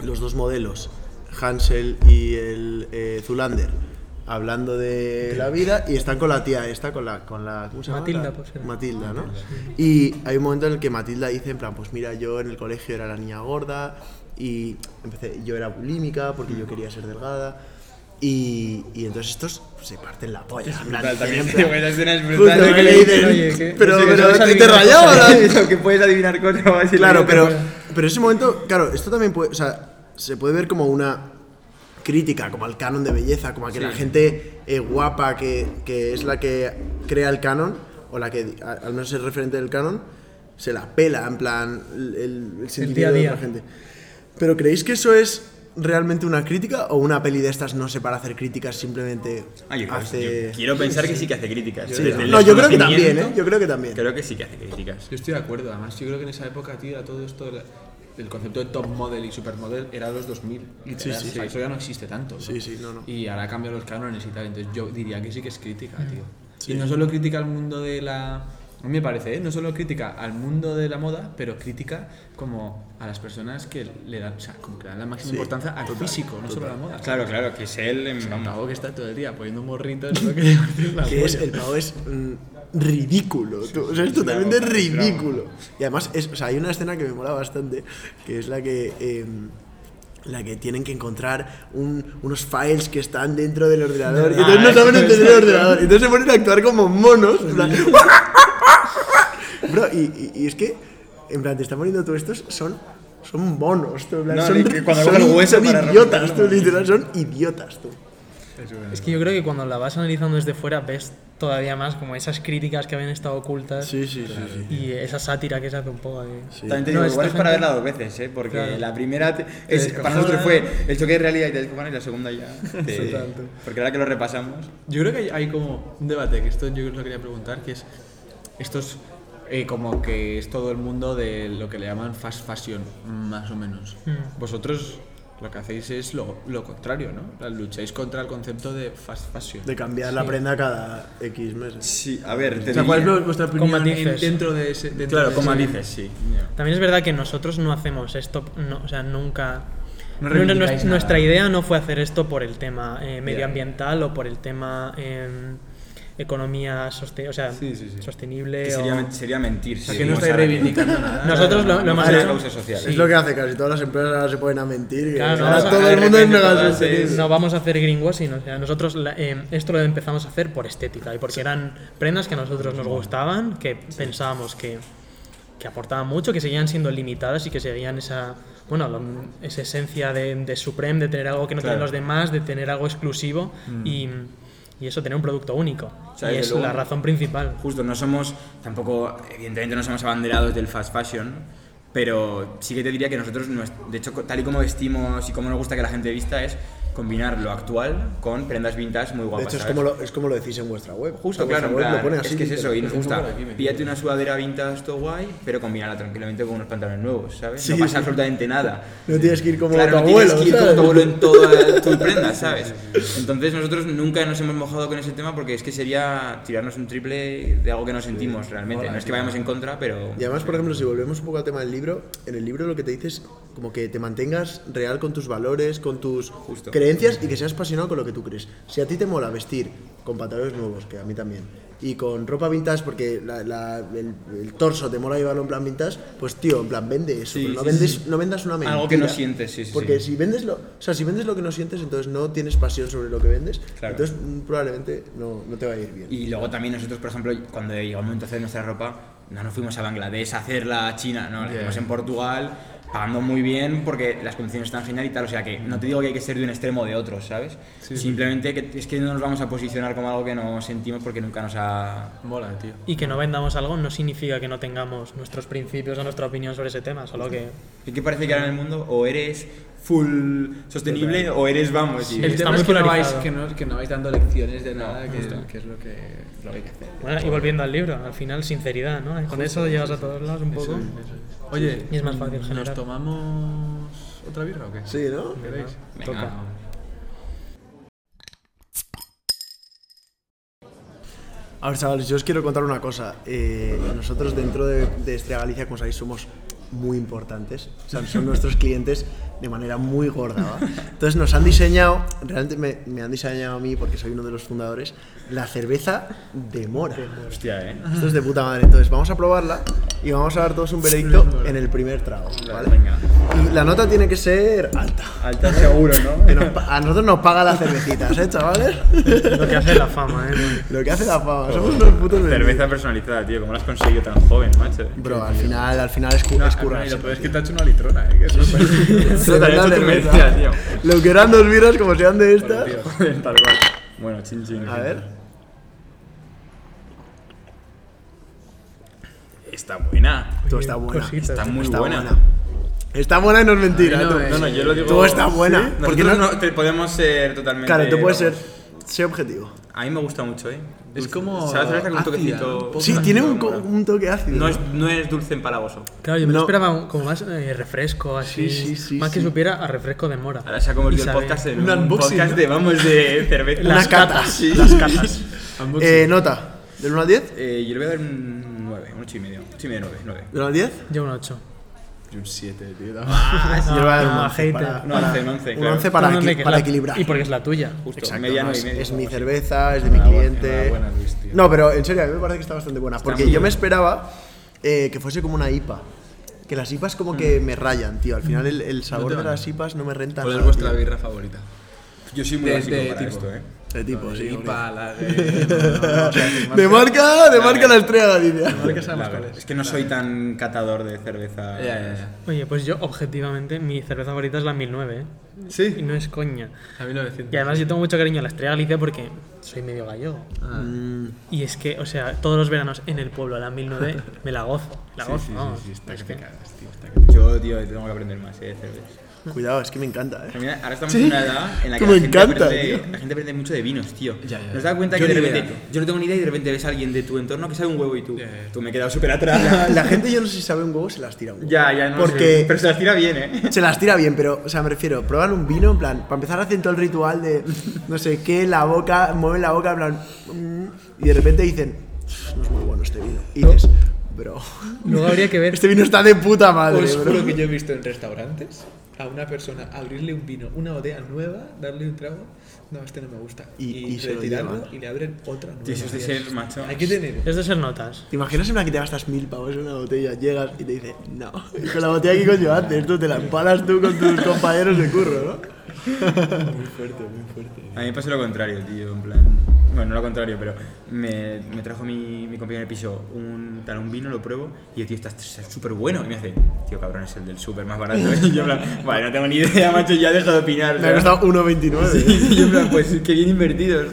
B: los dos modelos, Hansel y el eh, Zulander. Hablando de la vida y están con la tía esta, con la, con la ¿cómo se llama?
F: Matilda,
B: La-
F: pues, era.
B: Matilda, ¿no? Y hay un momento en el que Matilda dice, en plan, pues mira, yo en el colegio era la niña gorda y empecé, yo era bulímica porque yo quería ser delgada. Y, y entonces estos se parten la polla. en plan,
D: Brutal, también
B: dicen, en
D: esa
B: plan,
D: escena es
B: justo,
D: brutal.
B: ¿no?
D: ¿no?
B: que
D: Que
B: le dicen,
F: oye, ¿qué?
B: pero,
F: Sí, que
B: pero,
F: sabes
B: te- te
F: adivinar
B: rayaba,
F: cosas".
B: ¿no?
D: que puedes adivinar cosas. más y
B: Claro,
D: luego te
B: pero,
D: acuerdas.
B: pero ese momento, claro, esto también puede, o sea, se puede ver como una crítica, como al canon de belleza, como a que la gente eh, guapa que, que es la que crea el canon, o la que a- al menos es referente del canon, se la pela, en plan, el, el- el sentido
F: a
B: de
F: día.
B: la gente. Pero ¿creéis que eso es realmente una crítica o una peli de estas no sé para hacer críticas simplemente
D: Ah, yo creo-
B: hace...
D: yo quiero pensar que sí que hace críticas.
B: Sí,
D: Desde el
B: no, yo creo que también, ¿eh?
D: desconocimiento,
B: Yo creo que también.
D: Creo que sí que hace críticas.
C: Yo estoy de acuerdo, además, yo creo que en esa época, tío, era todo esto, de la- el concepto de top model y supermodel era los 2000. literal,
B: sí,
C: o sea,
B: sí.
C: Eso ya no existe tanto. ¿no?
B: Sí, sí, no, no.
C: Y ahora cambian los cánones y tal, entonces yo diría que sí que es crítica,
B: Mm.
C: tío. Y no solo crítica al mundo de la... A mí me parece, ¿eh? No solo crítica al mundo de la moda, pero crítica como a las personas que le dan, o sea, como que le dan la máxima importancia al físico, no solo a la moda.
D: Claro, claro, que es él. em,
C: Un
D: vamos.
C: pavo que está todo el día poniendo morritos, lo que es
D: Ah,
C: la
B: que es
C: polla.
B: el pavo es mm, ridículo, tú. o sea, es totalmente
D: broma, es broma.
B: ridículo. Y además, es, o sea, hay una escena que me mola bastante, que es la que em, la que tienen que encontrar un- unos files que están dentro del
D: Ah,
B: ordenador. y entonces no saben entender el ordenador. y Entonces se ponen a actuar como monos. en plan, Bro, y, y- y es que, en plan, te están poniendo tú estos, son, son monos, tú, en plan,
D: No,
B: son,
D: de que cuando
B: son
D: cogen
B: i-
D: hueso
B: son
D: para
B: idiotas, tú,
D: romperlo.
B: literal, son idiotas, tú.
F: Es que yo creo que cuando la vas analizando desde fuera ves todavía más como esas críticas que habían estado ocultas
B: Sí, sí, sí. sí.
F: y esa sátira que se hace un poco de...
B: Sí.
D: También te
F: No,
D: digo,
F: esta
D: igual es para
F: gente-
D: verla dos veces, ¿eh? Porque
F: Claro.
D: la primera te- es-
F: descojonas.
D: para nosotros fue el choque de realidad y te descojonas y la segunda ya. te- porque ahora que lo repasamos.
C: Yo creo que hay, hay como un debate, que esto yo os lo quería preguntar, que es, esto es eh, como que es todo el mundo de lo que le llaman fast fashion, más o menos. Vosotros lo que hacéis es lo, lo contrario, ¿no? O sea, Lucháis contra el concepto de fast fashion.
B: De cambiar la prenda cada X meses.
D: Sí, a ver, te
C: O sea, ¿cuál es
D: diría-
C: lo- vuestra opinión en-
F: matices.
C: dentro de ese... dentro
D: Claro,
C: de
D: como
C: ese-
D: dices, sí.
F: También es verdad que nosotros no hacemos esto, no, o sea, nunca...
C: No
F: nu- nu-
C: reivindicáis nada.
F: nuestra idea no fue hacer esto por el tema eh, medioambiental o por el tema eh, economía soste- o sea,
C: Sí, sí, sí.
F: sostenible.
D: Que
F: o-
D: sería, sería mentir.
C: O sea,
D: sí,
C: que no
D: vamos
C: estáis
D: a ver.
C: reivindicando nada.
F: Nosotros lo, lo hemos
D: Vamos a
F: hecho-
D: las causas sociales.
B: Es lo que hace casi todas las empresas ahora se pueden a mentir. que
F: Claro,
B: ahora
F: no,
B: todo
D: de
B: el mundo es
D: repente todas
B: mega
D: es-
B: sostenible.
F: No vamos a hacer greenwashing, o sea, nosotros la- eh, esto lo empezamos a hacer por estética y porque eran prendas que a nosotros nos gustaban, que pensábamos que, que aportaban mucho, que seguían siendo limitadas y que seguían esa, bueno, lo- esa esencia de, de Supreme, de tener algo que no tienen
D: Claro. Mm.
F: los demás, de tener algo exclusivo y, y eso, tener un producto único.
D: O sea,
F: y
D: desde
F: es
D: luego-
F: la razón principal.
D: Justo, no somos, tampoco, evidentemente no somos abanderados del fast fashion, pero sí que te diría que nosotros, nues- de hecho, co- tal y como vestimos y como nos gusta que la gente vista, es combinar lo actual con prendas vintage muy
B: De
D: guapas.
B: hecho, es
D: ¿sabes?
B: como, lo, es como lo decís en vuestra web.
D: Justo,
B: En vuestra
D: claro, en
B: web
D: plan,
B: lo pone
D: es
B: así,
D: que es eso, y nos
B: literal.
D: gusta.
C: por aquí, me
D: Píllate una sudadera vintage, todo guay, pero combinarla tranquilamente con unos pantalones nuevos, ¿sabes?
B: Sí,
D: no pasa
B: sí.
D: absolutamente nada.
B: No tienes que ir como
D: Claro,
B: tu
D: no tienes
B: abuelo.
D: que ir como
B: ¿sabes?
D: tu abuelo en todas tus prendas, ¿sabes? Entonces nosotros nunca nos hemos mojado con ese tema porque es que sería tirarnos un triple de algo que no sentimos realmente. No es que vayamos en contra, pero...
B: Y además, por ejemplo, si volvemos un poco al tema del libro, en el libro lo que te dice es como que te mantengas real con tus valores, con tus
D: Justo.
B: creencias y que seas apasionado con lo que tú crees. Si a ti te mola vestir con pantalones nuevos, que a mí también, y con ropa vintage porque la- la- el, el torso te mola llevarlo en plan vintage, pues tío, en plan vende eso,
D: Sí,
B: pero no,
D: sí,
B: vendes,
D: sí.
B: no vendas una mentira.
D: Algo que no sientes, sí, sí,
B: Porque
D: sí.
B: si vendes lo, o sea, si vendes lo que no sientes, entonces no tienes pasión sobre lo que vendes,
D: Claro.
B: entonces mm, probablemente no, no te va a ir bien.
D: Y luego también nosotros, por ejemplo, cuando llegó el momento de hacer nuestra ropa, no nos fuimos a Bangladesh a hacerla a China, no, la hicimos en Portugal, pagando muy bien porque las condiciones están geniales y tal. O sea que no te digo que hay que ser de un extremo o de otro, ¿sabes? Simplemente que es que no nos vamos a posicionar como algo que no sentimos porque nunca nos ha.
C: Mola, tío.
F: Y que no vendamos algo no significa que no tengamos nuestros principios o nuestra opinión sobre ese tema, solo que...
D: ¿Qué qué parece que ahora en el mundo? O eres full sostenible o eres vamos. y-
C: El
F: Está
C: tema
F: muy
C: es que no, vais,
F: polarizado.
C: que, no, que no vais dando lecciones de nada, que, que es lo que, lo que hay que hacer.
F: Bueno, y volviendo al libro, al final sinceridad, ¿no? Con eso llegas a todos lados un poco.
C: Oye, mm,
F: Y es más fácil generar.
C: ¿nos tomamos otra birra o qué?
B: Sí, ¿no?
C: ¿Queréis?
D: Venga,
F: Toca.
D: vamos.
B: A ver, chavales, yo os quiero contar una cosa. Eh, nosotros dentro de, de Estrella Galicia, como sabéis, somos muy importantes. O sea, son nuestros clientes de manera muy gorda. ¿va? Entonces nos han diseñado, realmente me, me han diseñado a mí, porque soy uno de los fundadores, la cerveza de mora.
D: Hostia, eh.
B: Esto es de puta madre. Entonces vamos a probarla y vamos a dar todos un veredicto en el primer trago. ¿vale?
D: Venga.
B: Y la nota tiene que ser alta.
D: Alta seguro, ¿no?
B: Que nos pa- a nosotros nos pagan las cervecitas, ¿eh, chavales?
F: Lo que hace la fama, ¿eh?
B: Lo que hace la fama. Somos unos putos vendidos.
D: Cerveza personalizada, tío. ¿Cómo la has conseguido tan joven, macho?
B: Bro, al final, al final es, cu-
D: Ah,
B: es currarse,
C: Lo peor es
B: tío.
C: que te ha hecho una litrona, ¿eh? Que eso es
B: Se
D: Te
B: ve
D: has
B: la
D: hecho tu
B: cerveza.
D: merced, tío.
B: Lo que eran dos birras como sean de estas.
D: Tal cual. Bueno, chin chin.
B: A ver.
D: Pues Está buena.
B: Tú está buena.
F: cositas.
D: Está muy
B: Está
D: buena.
B: Está buena y no es mentira.
C: no,
B: tú.
C: eh,
D: pues No, no, yo lo digo.
B: Tú está buena.
D: ¿Sí?
B: Porque
D: Nosotros
B: no-
D: no- te- podemos ser totalmente.
B: Claro, tú puedes ser.
D: vamos.
B: Sé objetivo.
D: A mí me gusta mucho, ¿eh?
C: Es como
D: ¿Sabes? Cerveza con un
C: ácida,
D: toquecito.
C: un poco
B: Sí, tiene un, co- un toque ácido. Eh,
D: No es, no es dulce empalagoso.
F: Claro, yo me
B: No.
F: lo esperaba un- como más eh, refresco, así.
B: Sí, sí, sí,
F: más
B: sí.
F: que supiera a refresco de mora.
D: Ahora se ha convertido
F: Y
D: el
F: sabe-
D: podcast en
C: Un
D: un,
C: unboxing,
D: podcast de, vamos, de cerveza.
B: Unas catas.
D: Sí.
B: Las catas.
C: Ambos
B: Eh, nota. ¿Del 1 al 10?
D: Eh, yo le voy a dar un 9, un 8 y medio. 8 y medio, 9, 9.
B: ¿Del 1 al 10?
F: Yo un 8.
C: Y un 7, tío. también.
B: Yo le voy a dar un
F: ah,
B: 11.
F: hater.
B: para-
D: Un
B: para-
D: 11, un 11,
B: Un
D: claro.
B: 11 para,
F: ¿Dónde
B: equi-
F: que es
B: para
F: la-
B: equilibrar.
F: Y porque es la tuya.
D: Justo,
B: Exacto,
D: media,
B: no,
D: 9
B: es,
D: y medio.
B: es mi cerveza, es de mi cliente.
C: enhorabuena, Luis, tío.
B: no, pero en serio, a mí me parece que está bastante buena. Porque
D: muy
B: yo me
D: buena.
B: esperaba eh, que fuese como una IPA. Que las IPAs como que me rayan, tío. Al final el, el sabor
C: te
B: de
C: van.
B: las IPAs no me renta
C: ¿Cuál
B: nada.
C: pues es vuestra
B: tío.
C: birra favorita?
D: Yo soy muy
C: De-
D: básico
C: de
D: para
C: tipo.
D: esto, ¿eh?
B: De tipo,
C: La
B: sí.
C: de
B: hombre.
C: IPA, la de... no, no, no, o sea, sin
B: De
C: marca.
B: marca, de marca la estrella Galicia.
C: Marca sabemos
D: La
C: cuál
D: verdad, Es que no soy tan catador de cerveza.
C: Ya, ya, ya.
F: Oye, pues yo objetivamente mi cerveza favorita es la 1009, ¿eh?
C: Sí.
F: Y no es coña.
C: A mí lo decían.
F: Y además yo tengo mucho cariño a la Estrella Galicia porque soy medio gallego.
C: Ah.
F: Y es que, o sea, todos los veranos en el pueblo a las 1009 me la gozo. La
C: Sí,
F: gozo,
C: sí,
F: vamos.
C: sí, sí, está
F: Es
C: que
F: que-
C: te cagas, tío. Está que
D: Yo, tío, tengo que aprender más, eh, de cervezas.
B: Cuidado, es que me encanta, eh.
D: Mira, ahora estamos
B: Sí.
D: en una edad en la que
B: Me
D: la, gente
B: encanta,
D: aprende,
B: tío.
D: la gente aprende mucho de vinos, tío.
C: Ya, ya,
D: ¿No
C: ya.
D: has dado cuenta
C: Yo
D: que de
C: ni
D: repente,
C: idea.
D: yo no tengo ni idea y de repente ves a alguien de tu entorno que sabe un huevo y tú,
C: Ya, ya.
D: tú me he quedado súper atrás.
B: La gente, yo no sé si sabe un huevo, se las tira un huevo.
D: ya, ya, no
B: Porque
D: sé. Pero se las tira bien, eh.
B: se las tira bien, pero, o sea, me refiero, prueban un vino, en plan, para empezar hacen todo el ritual de no sé qué, la boca, mueven la boca, en plan, mm, y de repente dicen, no es muy bueno este vino. Y dices, bro,
F: Luego habría que ver.
B: este vino está de puta madre,
C: Os
B: bro.
C: juro que yo he visto en restaurantes a una persona abrirle un vino, una botella nueva, darle un trago. No, este no me gusta.
B: Y-
C: Y,
B: y se lo
C: retirarlo
B: llevan.
C: y le abren otra nueva.
D: Tío, eso es de ser macho.
C: Hay que tener.
F: Es de ser notas.
B: ¿Te imaginas en una que te gastas mil pavos en una botella, llegas y te dice, no, y con la botella que coño haces, tú te la empalas tú con tus compañeros de curro, ¿no?
D: A mí me pasó lo contrario, tío, en plan... Bueno, no lo contrario, pero me, me trajo mi, mi compañero de piso un, tal, un vino, lo pruebo, y el tío está está súper bueno. Y me hace, tío, cabrón, es el del súper más barato. ¿eh? Y yo, en plan, vale, no tengo ni idea, macho, ya dejo de opinar.
B: Me ha
D: ¿sabes?
B: costado ¿eh? 1,29.
D: Y yo, en plan, pues qué bien invertidos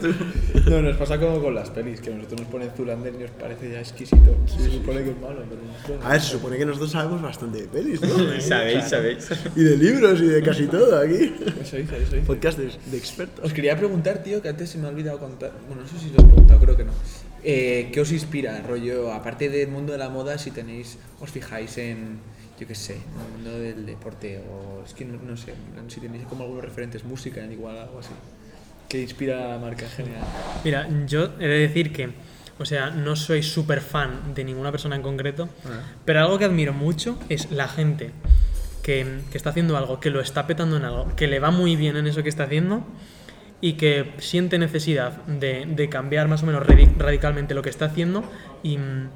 D: tú.
C: No, nos pasa como con las pelis, que a nosotros nos ponen Zulander y nos parece ya exquisito. se supone que es malo, pero no es bueno.
B: A ver, se supone que nosotros sabemos bastante de pelis, ¿no?
D: Sabéis, sabéis.
B: Y de libros y de casi todo aquí.
C: Eso hice, eso hice.
B: Podcast de, de expertos.
C: Os quería preguntar, tío, que antes se me ha olvidado contar. Bueno, no sé si lo he preguntado, creo que no. Eh, ¿Qué os inspira, rollo? Aparte del mundo de la moda, si tenéis, os fijáis en, yo qué sé, en el mundo del deporte o es que no, no sé, en plan, si tenéis como algunos referentes música, igual algo así. ¿Qué inspira a la marca en general?
F: Mira, yo he de decir que, o sea, no soy súper fan de ninguna persona en concreto, pero algo que admiro mucho es la gente que, que está haciendo algo, que lo está petando en algo, que le va muy bien en eso que está haciendo y que siente necesidad de, de cambiar más o menos radi- radicalmente lo que está haciendo y, mm,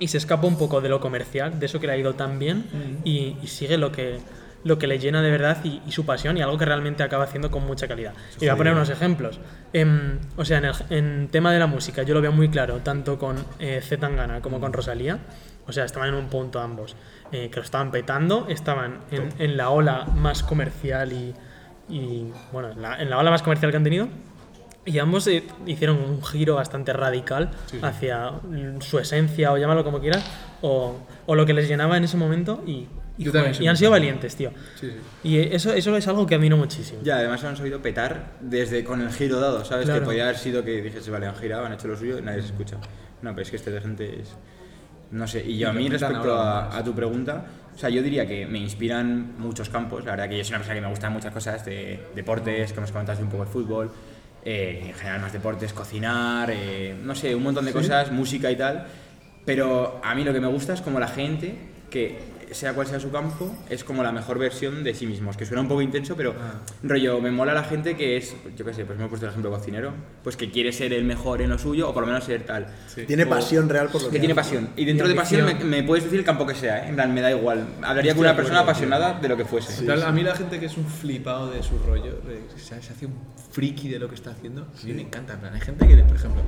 F: y se escapa un poco de lo comercial, de eso que le ha ido tan bien y, y sigue lo que lo que le llena de verdad y, y su pasión y algo que realmente acaba haciendo con mucha calidad. Y voy a poner unos ejemplos. Em, o sea, en el en tema de la música yo lo veo muy claro, tanto con eh, C. Tangana como con Rosalía. O sea, estaban en un punto ambos, eh, que lo estaban petando, estaban en, en la ola más comercial y, y, bueno, en la- en la ola más comercial que han tenido. Y ambos eh, hicieron un giro bastante radical hacia mm, su esencia, o llámalo como quieras, o, o lo que les llenaba en ese momento. Y, y,
C: Yo también
F: joder,
C: soy
F: y han
C: muy
F: sido
C: fan.
F: valientes, tío.
C: Sí, sí.
F: Y eh, eso, eso es algo que admiro muchísimo.
D: Ya, además han sabido petar desde con el giro dado, ¿sabes?
F: Claro.
D: Que podía haber sido que dijese, vale, han girado, han hecho lo suyo, nadie se escucha. No, pero es que esta gente es... No sé, y yo a mí
C: intentan
D: respecto
C: ahora
D: a, a tu pregunta, o sea, yo diría que me inspiran muchos campos, la verdad que yo soy una persona que me gustan muchas cosas, de deportes, que hemos comentado hace un poco el fútbol, eh, en general más deportes, cocinar, eh, no sé, un montón de cosas, música y tal, pero a mí lo que me gusta es como la gente que sea cual sea su campo, es como la mejor versión de sí mismos, que suena un poco intenso, pero rollo, me mola la gente que es, yo qué sé, pues me he puesto el ejemplo cocinero, pues que quiere ser el mejor en lo suyo o por lo menos ser tal.
B: Tiene
D: O-
B: pasión real por lo que,
D: que tiene
B: hace.
D: pasión. Y dentro de pasión me, me puedes decir el campo que sea, ¿eh? En plan, me da igual. Hablaría con una persona apasionada de lo que fuese.
C: En plan, a mí la gente que es un flipado de su rollo, de- o sea, se hace un friki de lo que está haciendo, a mí me encanta. En plan, hay gente que, por ejemplo,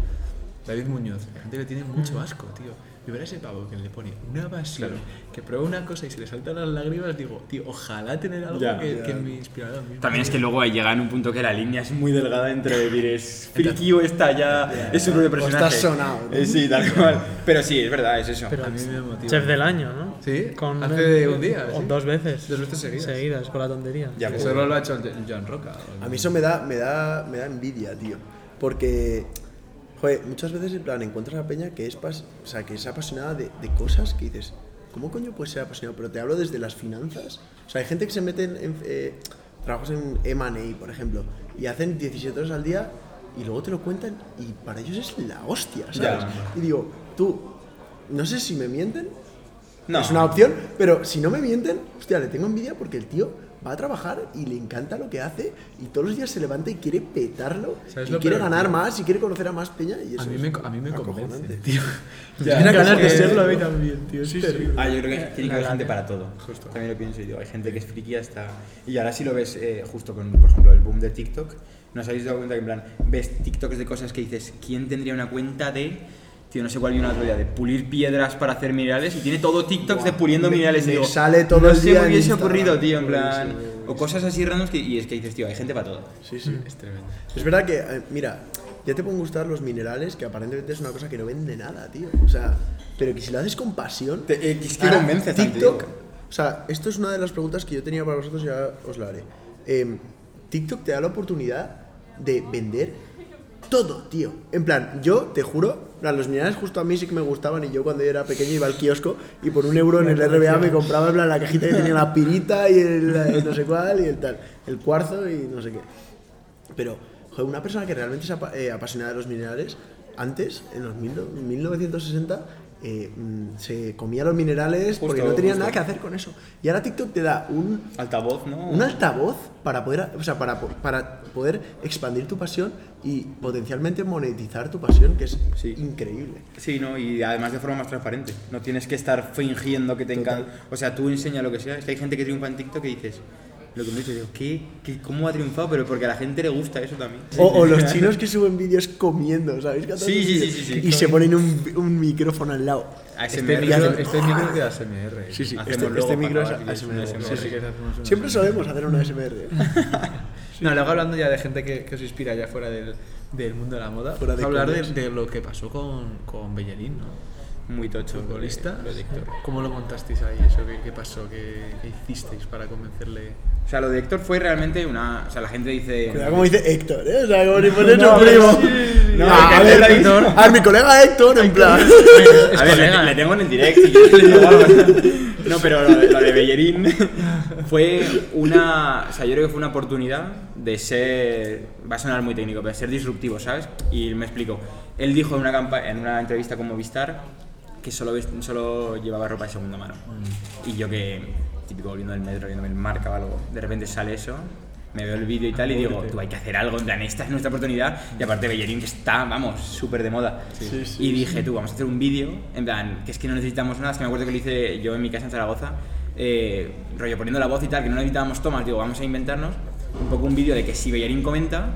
C: David Muñoz, hay gente que le tiene mucho asco, tío. Y ver a ese pavo que le pone una pasión, que prueba una cosa y se le saltan las lágrimas, digo, tío, ojalá tener algo
D: Ya.
C: que, que me inspirara a mí.
D: También es que luego llega en un punto que la línea es muy delgada entre decir es friki o está ya, es su propio personaje.
B: está sonado, ¿no?
D: Eh, sí, tal cual. Pero sí, es verdad, es eso.
F: Pero
C: a mí me motiva.
F: Chef del año, ¿no?
C: Sí,
F: Con
C: hace un día,
F: O
C: sí.
F: dos veces.
C: Dos veces seguidas.
F: Seguidas, con la tontería.
D: Ya,
C: Que
D: pues,
C: solo lo ha hecho el el Joan Roca.
B: A mí eso me da, me da, me da envidia, tío. Porque, joder, muchas veces en plan encuentras a peña que es, pas- o sea, que es apasionada de, de cosas que dices, ¿cómo coño puedes ser apasionado? Pero te hablo desde las finanzas. O sea, hay gente que se mete en, en, eh, trabajos en M&A, por ejemplo, y hacen 17 horas al día y luego te lo cuentan y para ellos es la hostia, ¿sabes?
D: Ya.
B: Y digo, tú, no sé si me mienten,
D: no.
B: es una opción, pero si no me mienten, hostia, le tengo envidia porque el tío va a trabajar y le encanta lo que hace y todos los días se levanta y quiere petarlo
C: ¿Sabes
B: y
C: lo
B: quiere
C: peor,
B: ganar
C: tío?
B: más y quiere conocer a más peña y eso
C: A mí
B: es
C: me, a mí me
B: acojonante.
C: convence, tío.
D: Ya.
B: Tiene ganas
C: Es
B: de
C: que-
B: serlo a mí también, tío. es
C: Sí, sí.
B: terrible.
D: Ah, yo creo que tiene que haber gente para todo. También lo pienso y digo, hay gente que es friki hasta... Y ahora sí lo ves eh, justo con, por ejemplo, el boom de TikTok. ¿No os habéis dado cuenta que en plan ves TikToks de cosas que dices, ¿quién tendría una cuenta de Tío, no sé cuál vi una otro día, de pulir piedras para hacer minerales y tiene todo TikToks de puliendo minerales. y
B: me
D: digo,
B: sale todo
D: no
B: el
D: sé,
B: día en
D: me hubiese
B: Instagram.
D: ocurrido, tío, en
B: Sí,
D: plan.
B: sí, sí.
D: O cosas así raras que. Y es que dices, tío, hay gente para todo.
B: Sí, sí.
C: Es tremendo.
B: Es verdad que, eh, mira, ya te pueden gustar los minerales, que aparentemente es una cosa que no vende nada, tío. O sea, pero que si lo haces con pasión.
D: Te- eh, es que
B: Ahora,
D: convence, Santi,
B: TikTok.
D: digo.
B: O sea, esto es una de las preguntas que yo tenía para vosotros y ahora os la haré. Em, TikTok te da la oportunidad de vender todo, tío. En plan, yo te juro, en plan, los minerales justo a mí sí que me gustaban y yo cuando yo era pequeño iba al kiosco y por un euro en el RBA me compraba en plan, la cajita que tenía la pirita y el, el no sé cuál y el tal, el cuarzo y no sé qué. Pero, joder, una persona que realmente es apa- eh, apasionada de los minerales, antes, en los mil- 1960, eh, mm, se comía los minerales
D: Justo,
B: porque no tenía
D: justo.
B: nada que hacer con eso. Y ahora TikTok te da un,
D: Altavoz, ¿no?
B: un altavoz para poder, o sea, para, po- para poder expandir tu pasión y potencialmente monetizar tu pasión, que es
D: Sí.
B: increíble.
D: Sí, ¿no? Y además de forma más transparente. No tienes que estar fingiendo que te
B: Total.
D: encanta. O sea, tú enseña lo que sea. Es que hay gente que triunfa en TikTok que dices, lo que me dices, digo, ¿qué, ¿Qué- ¿cómo ha triunfado? Pero porque a la gente le gusta eso también.
B: O, o los chinos que suben vídeos comiendo, ¿sabéis? Que hacen
D: Sí, sí,
B: vídeos
D: sí, sí, sí.
B: Y se ponen un, un micrófono al lado.
D: ASMR.
C: Este micro,
B: hacen-
C: este micro es de ASMR.
B: Sí, sí,
D: Hacemos
B: este,
D: luego
B: este
D: para
B: micro es
D: acabar, si quieres,
B: ASMR.
D: una
B: Sí,
D: ASMR.
B: sí.
C: que hacemos una-
B: Siempre sabemos hacer una SMR.
C: No, luego hablando ya de gente que, que os inspira ya fuera del, del mundo de la moda,
B: Fuera de
C: hablar de,
B: clubes.
C: de lo que pasó con, con Bellerín, ¿no?
D: Muy tocho.
C: Futbolista.
D: Lo de Héctor.
C: ¿Cómo lo montasteis ahí? Eso? ¿Qué, qué pasó? ¿Qué, qué hicisteis para convencerle?
D: O sea, lo de Héctor fue realmente una. O sea, la gente dice.
B: Cuidado como dice Héctor, ¿eh? O sea, como ni pones un primo.
D: No,
B: No, a,
D: que
B: ver,
D: era Héctor.
B: a mi colega Héctor, en plan.
D: A ver, le, le tengo en el direct. si quieres, le digo algo. no, pero lo, de- lo de Bellerín fue una. O sea, yo creo que fue una oportunidad de ser. Va a sonar muy técnico, pero ser disruptivo, ¿sabes? Y me explico. Él dijo en una, campa- en una entrevista con Movistar que solo, vest- solo llevaba ropa de segunda mano. Y yo que, típico volviendo del metro, viéndome el marca o algo, de repente sale eso. Me veo el vídeo y tal, y digo, tú hay que hacer algo, en plan, esta es nuestra oportunidad. Y aparte, Bellerín que está, vamos, súper de moda.
B: Sí, sí.
D: Y dije, tú, vamos a hacer un vídeo, en plan, que es que no necesitamos nada, es que me acuerdo que lo hice yo en mi casa en Zaragoza, eh, rollo poniendo la voz y tal, que no necesitábamos tomas, digo, vamos a inventarnos un poco un vídeo de que si Bellerín comenta,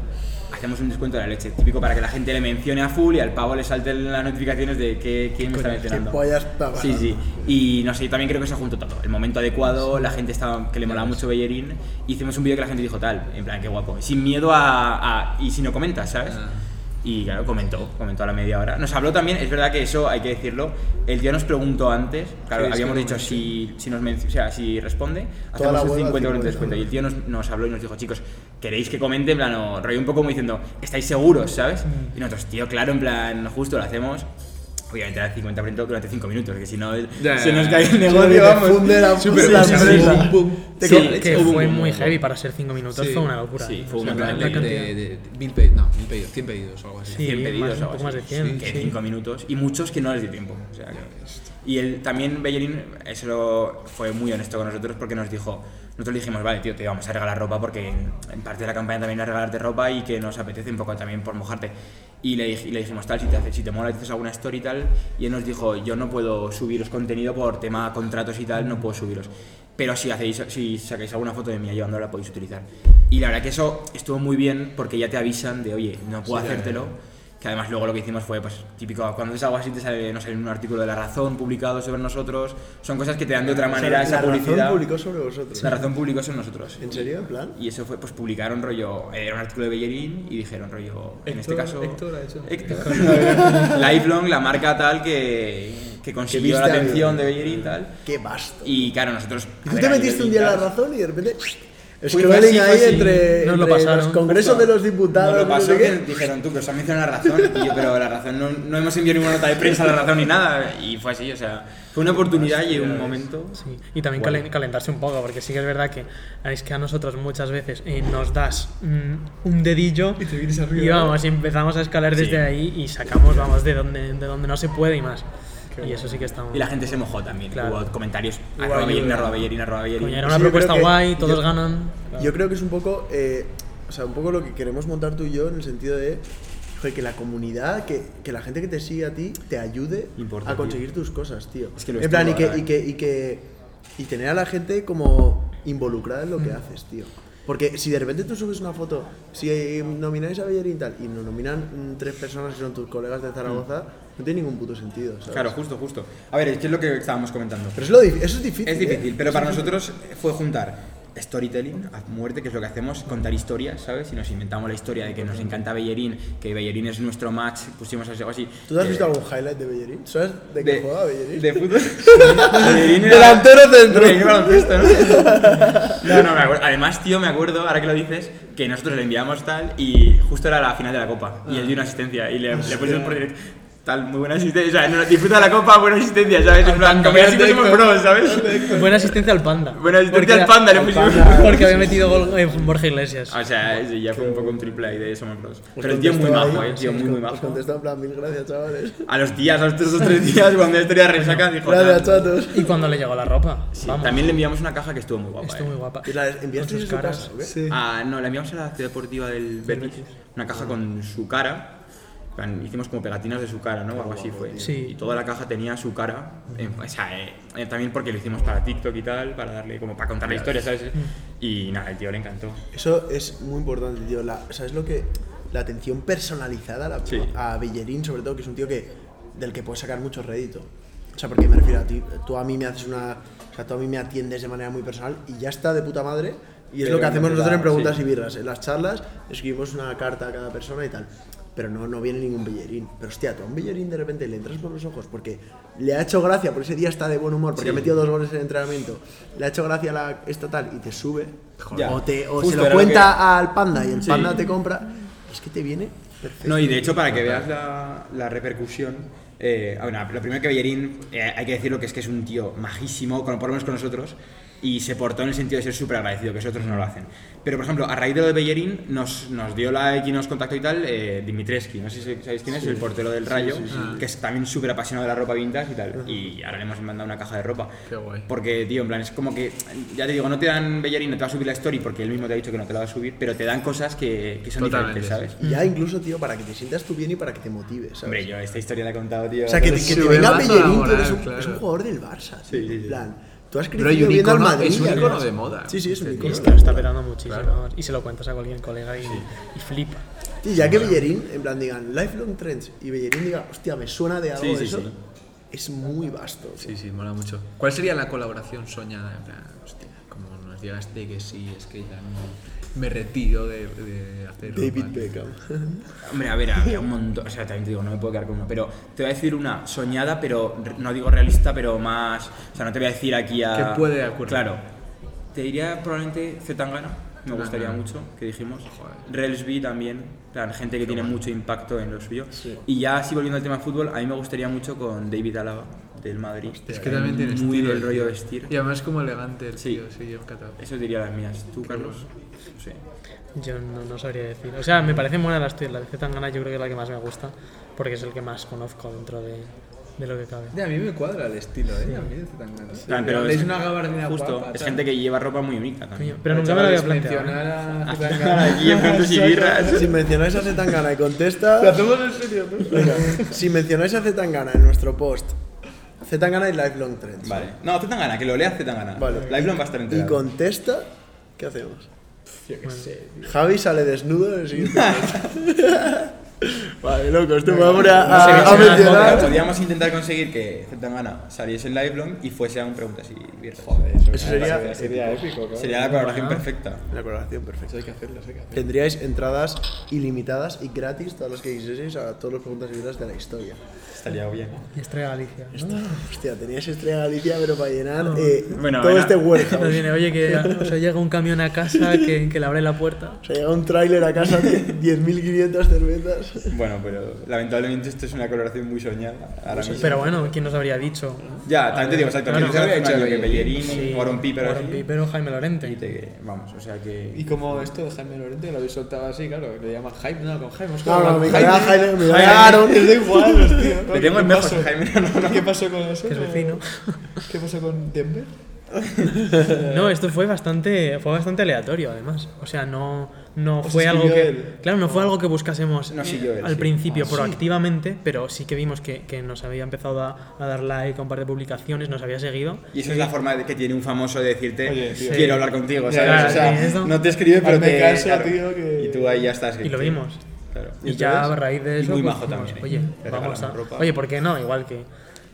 D: hacemos un descuento de la leche, típico para que la gente le mencione a full y al pavo le salten las notificaciones de que, quién me está mencionando.
B: pollas está
D: Sí, sí. Y no sé, también creo que se juntó todo. El momento adecuado, la gente estaba, que le molaba mucho Bellerín. Hicimos un vídeo que la gente dijo tal, en plan, qué guapo. Sin miedo a. a- y si no comentas, ¿sabes?
C: Ah.
D: Y claro, comentó, comentó a la media hora. Nos habló también, es verdad que eso hay que decirlo. El tío nos preguntó antes, claro,
C: Sí, es
D: habíamos
C: que
D: dicho
C: no,
D: si, si, nos menc- o sea, si responde,
B: Toda la
D: hacemos un
B: web al
D: 50 por
B: 50.
D: un descuento. Y el tío nos, nos habló y nos dijo, chicos, ¿queréis que comente? En plan, o rollo un poco como diciendo, ¿estáis seguros, sabes? Y nosotros, tío, claro, en plan, justo lo hacemos. Obviamente era el 50% durante 5 minutos, que si no,
C: Ya,
D: se
C: ya,
D: nos
C: ya.
D: cae el
B: Joder,
D: negocio, vamos.
B: te funde la,
D: Súper-
B: la
D: sí, sí,
B: empresa.
D: sí, boom, boom. Te
F: Sí,
D: quedas-
F: que
D: boom,
F: fue
D: boom,
F: muy
D: boom,
F: heavy
D: boom.
F: para ser 5 minutos,
C: Sí.
F: fue una locura.
D: Sí,
F: ¿eh?
D: fue
F: O
D: una
F: sea,
C: En
D: locura.
C: plan
F: la
D: La
C: de,
F: cantidad-
C: de-
A: Eh,
C: de- mil pedidos, no, mil pedidos, 100 pedidos o algo así.
F: Sí.
D: 100
F: más-
D: pedidos o algo
F: poco más
D: así.
F: de 100,
D: que
F: sí.
D: 5 minutos y muchos que no les dio tiempo o sea, que- y él también Bellerín eso lo- fue muy honesto con nosotros porque nos dijo nosotros le dijimos vale tío te vamos a regalar ropa porque en, en parte de la campaña también era regalarte ropa y que nos apetece un poco también por mojarte y le, dij- y le dijimos tal si te, hace- si te mola te haces alguna story y tal y él nos dijo yo no puedo subiros contenido por tema contratos y tal no puedo subiros pero si hacéis si sacáis alguna foto de mí ayudándola la podéis utilizar y la verdad que eso estuvo muy bien porque ya te avisan de oye no puedo hacértelo que además luego lo que hicimos fue, pues, típico, cuando es algo así te sale, no sé, un artículo de La Razón publicado sobre nosotros, son cosas que te dan de otra
B: O sea,
D: manera esa
B: la
D: publicidad.
B: razón publicó sobre vosotros.
D: La Razón publicó sobre nosotros.
B: ¿En serio? ¿En plan?
D: Y eso fue, pues publicaron rollo, eh, era un artículo de Bellerín y dijeron rollo, en este
C: Héctor-
D: caso...
C: Héctor ha hecho-
D: Héctor. Lifelong, la marca tal que, que consiguió la
B: viste a
D: atención de
B: alguien.
D: Bellerín y tal.
B: ¡Qué basta!
D: Y claro, nosotros...
B: Y
D: a
B: tú
D: ver,
B: te
D: a
B: metiste
D: nivel
B: un día en la
D: vintage-
B: razón y de repente.
D: Fue así,
B: Scrolling
D: fue
B: ahí
D: así.
F: Nos
B: entre,
F: lo
B: entre los
F: pasaron.
B: congresos de los diputados.
D: No lo
B: no sé
D: pasó
B: qué.
D: que dijeron tú, que os han mencionado la razón. Y yo, pero la razón, no, no hemos enviado ninguna nota de prensa a la razón ni nada. Y fue así, o sea, fue una oportunidad y un momento.
F: Sí, y también
D: Guay.
F: calen- calentarse un poco, porque sí que es verdad que es que a nosotros muchas veces eh, nos das mm, un dedillo y, vamos, y empezamos a escalar
D: Sí.
F: desde ahí y sacamos, vamos, de donde, de donde no se puede y más. Y eso sí que está muy
D: Y la gente se mojó también.
F: Claro.
D: Hubo comentarios, arroba Bellerín, arroba Bellerín, arroba Bellerín.
F: Coño, era
B: Sí,
F: una
B: yo
F: propuesta
B: creo que-
F: guay, todos
B: yo-
F: ganan.
B: Yo creo que es un poco, eh, o sea, un poco lo que queremos montar tú y yo en el sentido de joder, que la comunidad, que, que la gente que te sigue a ti te ayude
D: Importa,
B: a conseguir tus cosas, tío.
D: Es que lo
B: en
D: es
B: plan,
D: todo,
B: y que,
D: ahora.
B: y, que, y que y tener a la gente como involucrada en lo que
D: Mm.
B: haces, tío. Porque si de repente tú subes una foto, si eh, nomináis a Bellerín y tal, y nos nominan mm, tres personas que son tus colegas de Zaragoza, No tiene ningún puto sentido, ¿sabes?
D: Claro, justo, justo. A ver, es que es lo que estábamos comentando.
B: Pero es lo dif- eso es difícil.
D: Es difícil,
B: ¿eh?
D: pero para nosotros fue juntar storytelling a muerte, que es lo que hacemos, contar historias, ¿sabes? Y nos inventamos la historia de que nos encanta Bellerín, que Bellerín es nuestro match, pusimos algo así.
B: ¿Tú te has
D: Eh,
B: visto algún highlight de Bellerín? ¿Sabes de qué
D: de,
B: jugaba Bellerín?
D: de fútbol. Bellerín era-
B: Delantero centro.
D: Bellerín era baloncesto, ¿no? No, no, me acuerdo. Además, tío, me acuerdo, ahora que lo dices, que nosotros le enviamos tal y justo era la final de la copa y él dio una asistencia y le, le pusimos por directo. Tal, muy buena asistencia, o sea, no, disfruta la copa, buena asistencia, ¿sabes? En plan, como que así que somos pros, ¿sabes?
F: Buena asistencia al panda.
D: Buena asistencia
F: Porque
D: al
F: era-
D: Panda, le Ah, pusimos.
F: Porque había metido gol eh, Borja Iglesias.
D: O sea, ese ya fue un poco un triple ahí de Somos Bros.
B: Os
D: Pero el tío muy
B: contestó
D: majo,
B: Pues ahí,
D: eh, el tío
B: os
D: muy,
B: con-
D: muy
B: Os
D: majo.
B: contestó en plan, mil gracias, chavales.
D: A los días, a los tres o tres días, cuando esto ya resaca, dijo.
B: Gracias,
D: "Tal".
B: chatos.
F: Y cuando le llegó la ropa.
D: Sí,
F: Vamos.
D: También le enviamos una caja que estuvo muy guapa.
F: Estuvo
D: eh.
F: muy guapa.
B: ¿Y la enviaste
F: Con sus
B: en su
F: caras.
B: casa? ¿ok?
D: Ah, no, la enviamos a la ciudad deportiva del Betis. Una caja con su cara. En plan, Hicimos como pegatinas de su cara, ¿no? O algo así fue.
F: Sí.
D: Y toda la caja tenía su cara. en- o sea, eh, eh, también porque lo hicimos para TikTok y tal, para darle como para contar la historia, ¿sabes? Y nada, el tío le encantó.
B: Eso es muy importante, tío. La, ¿Sabes lo que? La atención personalizada a, la-
D: Sí.
B: a Bellerín, sobre todo, que es un tío que, del que puedes sacar mucho rédito. O sea, porque me refiero a ti, tú a mí me haces una. O sea, tú a mí me atiendes de manera muy personal y ya está de puta madre. Y es
D: Pero
B: lo que hacemos
D: no te da-
B: nosotros en preguntas
D: sí.
B: y birras. En las charlas escribimos una carta a cada persona y tal. Pero no, no viene ningún bellerín. Pero hostia, tú a un bellerín de repente le entras por los ojos porque le ha hecho gracia, porque ese día está de buen humor, porque ha metido dos goles en el entrenamiento, le ha hecho gracia la estatal y te sube.
D: Ya.
B: O, te, o
D: Justo
B: se lo
D: era lo
B: cuenta
D: que-
B: al panda y el
D: Sí.
B: panda te compra. Es que te viene perfecto.
D: No, y de hecho, para que veas la, la repercusión, eh, bueno, lo primero que Bellerín, eh, hay que decirlo que es que es un tío majísimo, con, por lo menos con nosotros, y se portó en el sentido de ser súper agradecido, que eso otros no lo hacen. Pero, por ejemplo, a raíz de lo de Bellerín, nos, nos dio like y nos contactó y tal eh, Dimitrescu, no sé si sabéis quién es, el portero del Rayo,
A: Ah.
D: que es también súper apasionado de la ropa vintage y tal, y ahora le hemos mandado una caja de ropa.
A: Qué guay.
D: Porque, tío, en plan, es como que, ya te digo, no te dan Bellerín, no te va a subir la story, porque él mismo te ha dicho que no te la va a subir, pero te dan cosas que, que son
A: Totalmente,
D: diferentes,
A: sí.
D: ¿sabes?
B: Y ya incluso, tío, para que te sientas tú bien y para que te motives. ¿sabes?
D: Hombre, yo esta historia la he contado, tío.
B: o sea, que, te-
A: Pero
B: que te
A: sube
B: venga
A: el vaso
B: Bellerín, tú
A: laboral,
B: eres un,
A: claro.
B: es un jugador del Barça. tío.
D: Sí, sí, sí.
B: En plan, tú has
A: Pero
B: crecido
A: hay un
B: viendo al
A: icono-
B: Madrid.
A: es un
B: al
A: icono
B: Barça.
A: de moda.
B: Sí, sí, es un
A: Este
B: icono.
F: Es
B: de
F: que lo
B: moda.
F: está pelando muchísimo. Y se lo cuentas a cualquier colega y, y flipa.
B: Tío, ya que Bellerín, en plan, digan lifelong trends y Bellerín diga, hostia, me suena de algo
D: Sí, sí,
B: eso,
D: sí.
B: es muy vasto. tío.
A: Sí, sí, mola mucho. ¿Cuál sería la colaboración soñada? En plan, hostia, como nos digas de que sí, es que ya no- me retiro de, de hacer
B: David
A: ropa.
B: Beckham.
D: Hombre, a ver, había un montón. O sea, también te digo, no me puedo quedar con una. Pero te voy a decir una soñada, pero re- no digo realista, pero más. O sea, no te voy a decir aquí a.
A: Que puede ocurrir.
D: Claro. Te diría probablemente Zetangana, me gustaría
A: Zetangana.
D: mucho, que dijimos.
A: Joder.
D: Relsby también, en plan, gente que tiene mucho impacto en lo suyo. Y ya así volviendo al tema fútbol, a mí me gustaría mucho con David Alaba, del Madrid.
A: Es que también tienes
D: Muy
A: estilo,
D: del
A: tío.
D: rollo vestir.
A: Y además como elegante el
D: Sí.
A: tío, sí, yo encantado.
D: Eso diría las mías. ¿Tú, Carlos? Sí.
F: Yo no, no sabría decir. O sea, me parece buena las tuyas. La de Zetangana yo creo que es la que más me gusta. Porque es el que más conozco dentro de, de lo que cabe.
A: a mí me cuadra el estilo, ¿eh? A mí me tan grande.
D: Plan, Ah, pero es- Justo, es gente que lleva ropa muy única
F: Coño,
D: también.
F: Pero nunca me lo había planteado. ¿eh?
A: planteado.
D: Ah, Aquí en Puntos y Birras.
B: Si mencionáis a Zetangana y contesta.
A: hacemos en serio,
B: Venga, si mencionáis a Zetangana en nuestro post, Zetangana y Lifelong Trends.
D: Vale. No, Zetangana, que lo lea Zetangana.
B: Vale.
D: Lifelong va a estar
B: Y
D: enterado.
B: contesta, ¿qué hacemos? Javi sale desnudo en el siguiente post. Vale, loco, esto me abre a,
D: No sé,
B: a-
D: no
B: a
D: sé, no,
B: mencionar.
D: no, Podríamos intentar conseguir que Zetangana saliese en Lifelong y fuese a un preguntas y Birras. Joder,
B: Eso sería,
C: épico,
D: Sería la colaboración perfecta.
B: la colaboración perfecta. Tendríais entradas ilimitadas y gratis, todas las que quisieseis, a todas las preguntas y dudas de la historia.
D: Estaría bien.
F: Estrella Galicia. ¿no?
B: Hostia, tenías Estrella Galicia, pero para llenar eh,
D: Bueno,
B: todo
D: venga.
B: este
F: Nos
B: warehouse.
F: viene, oye, que o sea, llega un camión a casa que, que le abre la puerta.
B: O sea, llega un tráiler a casa de 10.500 cervezas.
D: Bueno, pero lamentablemente esto es una colaboración muy soñada. Ahora mismo.
F: Pero bueno, ¿quién nos habría dicho?
D: Ya, también te digo, exacto.
F: Claro,
D: que se había
F: claro,
D: hecho
F: claro.
D: que Bellerín, Warren Piper,
F: Warren
D: así.
F: Piper o Jaime
D: Y
F: Lorente.
D: te- Vamos, o sea que.
C: Y como esto de Jaime Lorente lo habéis soltado así, claro, le llaman Jaime, no, con Jaime. os
B: No,
C: quedo
B: no,
C: con
B: me
C: Jaime.
B: cagaba Jaime, me
C: Jaime,
B: cagaron.
C: es da igual, hostia. ¿no?
D: Le tengo
C: ¿Qué
D: el mejor
C: pasó?
D: Jaime, no, no, no.
C: ¿Qué pasó con eso?
F: Que es vecino.
C: ¿Qué pasó con Denver?
F: No, esto fue bastante, fue bastante aleatorio, además. O sea, no, no
C: Os
D: Pues
F: fue algo
C: escribió
F: que,
C: él.
F: claro, no fue algo que buscásemos
D: No siguió él,
F: al
D: sí.
F: principio proactivamente, pero sí que vimos que, que nos había empezado a, a dar like a un par de publicaciones, nos había seguido.
D: Y esa es la forma de que tiene un famoso de decirte,
C: Oye, tío.
D: quiero hablar contigo,
C: Ya,
D: ¿sabes?
F: claro,
D: o sea,
F: sí, eso.
D: no te escribe, pero
C: Hazme
D: te...
C: caso, tío, que-
D: Y tú ahí ya estás.
F: Y lo
D: que-
F: vimos.
D: Claro.
F: Y ya a raíz de
D: Y
F: eso.
D: muy
F: pues
D: majo
F: dijimos,
D: también, ¿eh?
F: Oye,
D: Le
F: vamos a.
D: regalamos ropa.
F: Oye, ¿por qué no? Igual que.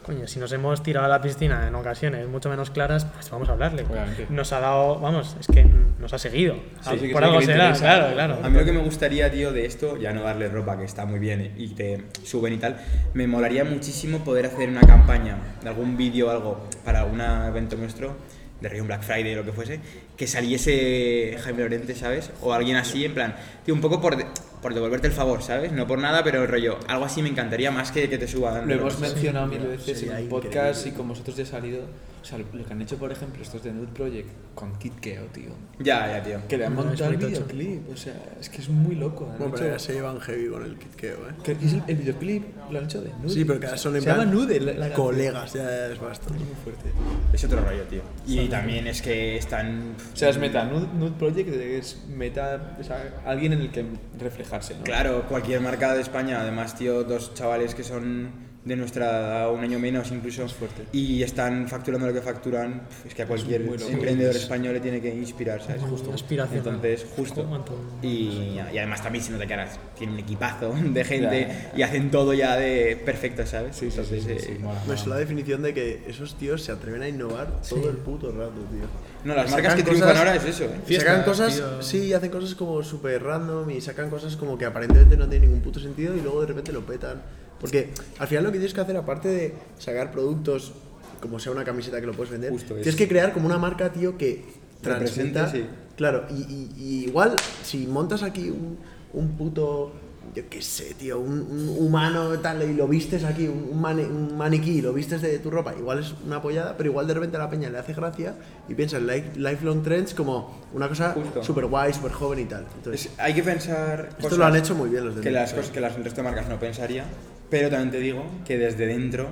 F: Coño, si nos hemos tirado a la piscina en ocasiones mucho menos claras, pues vamos a hablarle.
C: Obviamente.
F: Nos ha dado, vamos, es que nos ha seguido. Ah,
D: Sí, sí, que
F: Por
D: es lo
F: algo
D: que le
F: será,
D: interesa.
F: claro, claro.
D: A mí lo que me gustaría, tío, de esto, ya no darle ropa, que está muy bien y te suben y tal, me molaría muchísimo poder hacer una campaña de algún vídeo o algo para algún evento nuestro, de Río Black Friday o lo que fuese, que saliese Jaime Lorente, ¿sabes? O alguien así, en plan, tío, un poco por, de- por devolverte el favor, ¿sabes? No por nada, pero rollo, algo así me encantaría más que que te suban.
C: Lo hemos
D: ropa.
C: mencionado mil veces
B: sería
C: en el podcast y con vosotros ya ha salido. O sea, lo que han hecho, por ejemplo, estos de Nude Project con Kit Keo, tío.
D: Ya, ya, tío.
C: Que le han
F: No, es
C: montado el
F: muy tocho.
C: videoclip. O sea, es que es muy loco. han
B: Bueno, pero
C: hecho-
B: ya se llevan heavy con el kitkeo, eh.
C: que es el, el videoclip lo han hecho de Nude.
B: Sí, pero que ahora son en
C: Se llama
B: plan
C: Nude. la- la-
B: colegas, ya es bastante.
C: Muy fuerte.
D: Es otro rollo, tío. Y también es que están...
C: O sea, es meta. Nude, Nude Project es meta. O sea, alguien en el que reflejarse, ¿no?
D: Claro, cualquier marca de España, además, tío, dos chavales que son de nuestra edad, un año menos incluso,
C: fuerte.
D: y están facturando lo que facturan, pf, es que a cualquier
C: muy loco.
D: emprendedor español le tiene que inspirar, ¿sabes? Justo.
F: Inspiración.
D: Entonces, justo.
F: Como Antón.
D: Y, y además también se nota que ahora tienen un equipazo de gente y hacen todo ya de perfecto, ¿sabes? Sí, Entonces, eh,
B: Me es la definición de que esos tíos se atreven a innovar todo el puto rato, tío.
D: No, las
B: Sacan
D: marcas que triunfan
B: cosas-
D: ahora es eso, ¿eh?
B: Y sacan cosas, sí, y hacen cosas como súper random y sacan cosas como que aparentemente no tienen ningún puto sentido y luego de repente lo petan. Porque al final lo que tienes que hacer, aparte de sacar productos, como sea una camiseta que lo puedes vender,
D: Justo, es-
B: tienes que crear como una marca, tío, que
D: Representa,
B: transmita.
D: sí.
B: Claro, y, y- y igual si montas aquí un, un puto. Yo qué sé, tío, un, un humano tal, y lo vistes aquí, un, un mane- un maniquí, lo vistes de tu ropa, igual es una pollada, pero igual de repente a la peña le hace gracia y piensa en life- lifelong trends como una cosa
D: Justo.
B: súper guay, súper joven y tal. Entonces,
D: Es- hay que pensar.
B: Esto lo han hecho muy bien los de
D: Que
B: Netflix,
D: las cosas que las, el resto de marcas no pensaría. Pero también te digo que desde dentro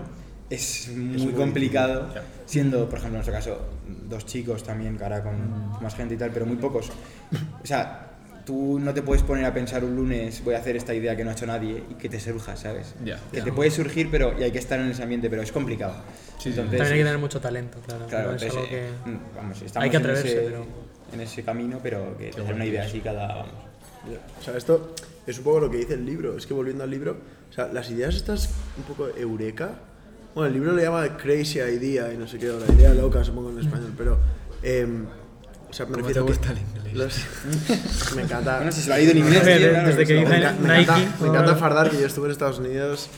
D: es muy, complicado. Siendo, por ejemplo, en nuestro caso, dos chicos también, cara con más gente y tal, pero muy pocos. O sea, tú no te puedes poner a pensar un lunes, voy a hacer esta idea que no ha hecho nadie y que te surja, ¿sabes?
C: Ya.
D: Que te puede surgir, pero y hay que estar en ese ambiente, pero es complicado. Entonces,
F: También hay que tener mucho talento, claro.
D: Claro,
F: no es
D: entonces,
F: algo que...
D: eh,
B: Mm.
D: vamos, estamos
F: que
D: en
F: atreverse,
D: ese-
F: pero-
D: en ese camino, pero que tener una idea así cada. vamos.
B: O sea, esto es un poco lo que dice el libro. Es que volviendo al libro, o sea, las ideas estas un poco eureka. Bueno, el libro le llama Crazy Idea y no sé qué, o la idea loca, supongo en español, pero. em, o sea, me
A: ¿Cómo
B: refiero
A: te
B: que
A: gusta el inglés?
B: los- me encanta.
D: Bueno, si se lo ha ido en inglés,
F: Desde-
D: tío, claro,
F: desde
D: se
F: que
D: lo-
F: dice
B: me, enca- me
F: Nike,
B: encanta, me
F: o-
B: encanta fardar que yo estuve en Estados Unidos.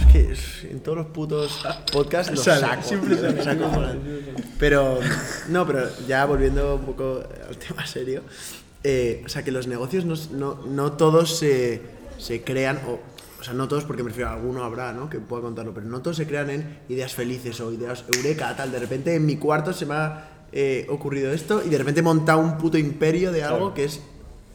B: Es que es- en todos los putos podcasts los saco. tío, los saco moral. Pero, no, pero ya volviendo un poco al tema serio. eh, o sea, que los negocios no, s- no, no todos se, se crean, o, o sea, no todos, porque me refiero a alguno habrá, ¿no? Que pueda contarlo, pero no todos se crean en ideas felices o ideas eureka, tal. De repente en mi cuarto se me ha eh, ocurrido esto y de repente he montado un puto imperio de algo que es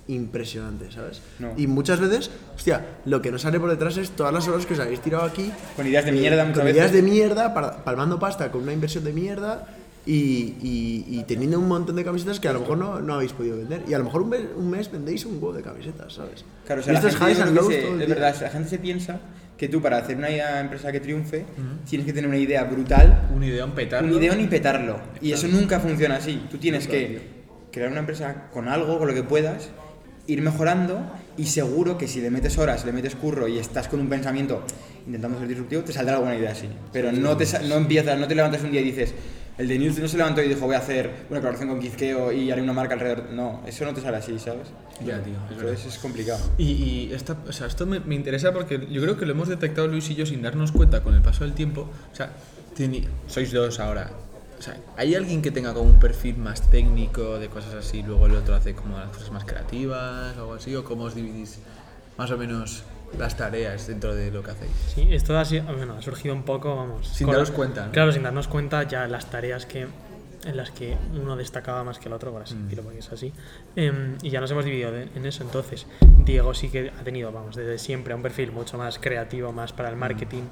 B: impresionante, ¿sabes?
D: No.
B: Y muchas veces, hostia, lo que nos sale por detrás es todas las horas que os habéis tirado aquí.
D: Con ideas de
B: eh,
D: mierda muchas
B: Con ideas de
D: veces.
B: mierda, para- palmando pasta con una inversión de mierda y, y- y teniendo un montón de camisetas que a lo mejor no, no habéis podido vender. Y a lo mejor un mes, un mes vendéis un huevo de camisetas, ¿sabes?
D: Claro, o sea,
B: Y
D: la
B: esto es
D: gente, yo
B: highs and
D: creo
B: lows
D: que se-
B: todo el
D: es
B: día.
D: verdad, la gente se piensa que tú para hacer una idea- empresa que triunfe tienes que tener una idea brutal,
A: Un ideón petardo.
D: un ideón y petarlo. Y eso nunca funciona así. Tú tienes que crear una empresa con algo, con lo que puedas, ir mejorando y seguro que si le metes horas, le metes curro y estás con un pensamiento intentando ser disruptivo, te saldrá alguna idea así. Pero no, te, sa- no empiezas, no te levantas un día y dices... El de News no se levantó y dijo voy a hacer una colaboración con Kizkeo y haré una marca alrededor. No, eso no te sale así, ¿sabes?
A: Ya, tío, es verdad.
C: Pues
D: Entonces es complicado.
A: Y, y esta, o sea, esto me, me interesa porque yo creo que lo hemos detectado Luis y yo sin darnos cuenta con el paso del tiempo. O sea, tiene- sois dos ahora. O sea, ¿hay alguien que tenga como un perfil más técnico de cosas así, luego el otro hace como las cosas más creativas o algo así? ¿O cómo os dividís más o menos las tareas dentro de lo que hacéis?
F: Sí, esto ha, sido- bueno, ha surgido un poco, vamos.
A: Sin
F: con-
A: daros cuenta, ¿no?
F: Claro, sin darnos cuenta ya las tareas que en las que uno destacaba más que el otro, por
D: Mm.
F: así decirlo, porque es así. Em, y ya nos hemos dividido de- en eso. Entonces, Diego sí que ha tenido, vamos, desde siempre un perfil mucho más creativo, más para el
D: Mm.
F: marketing,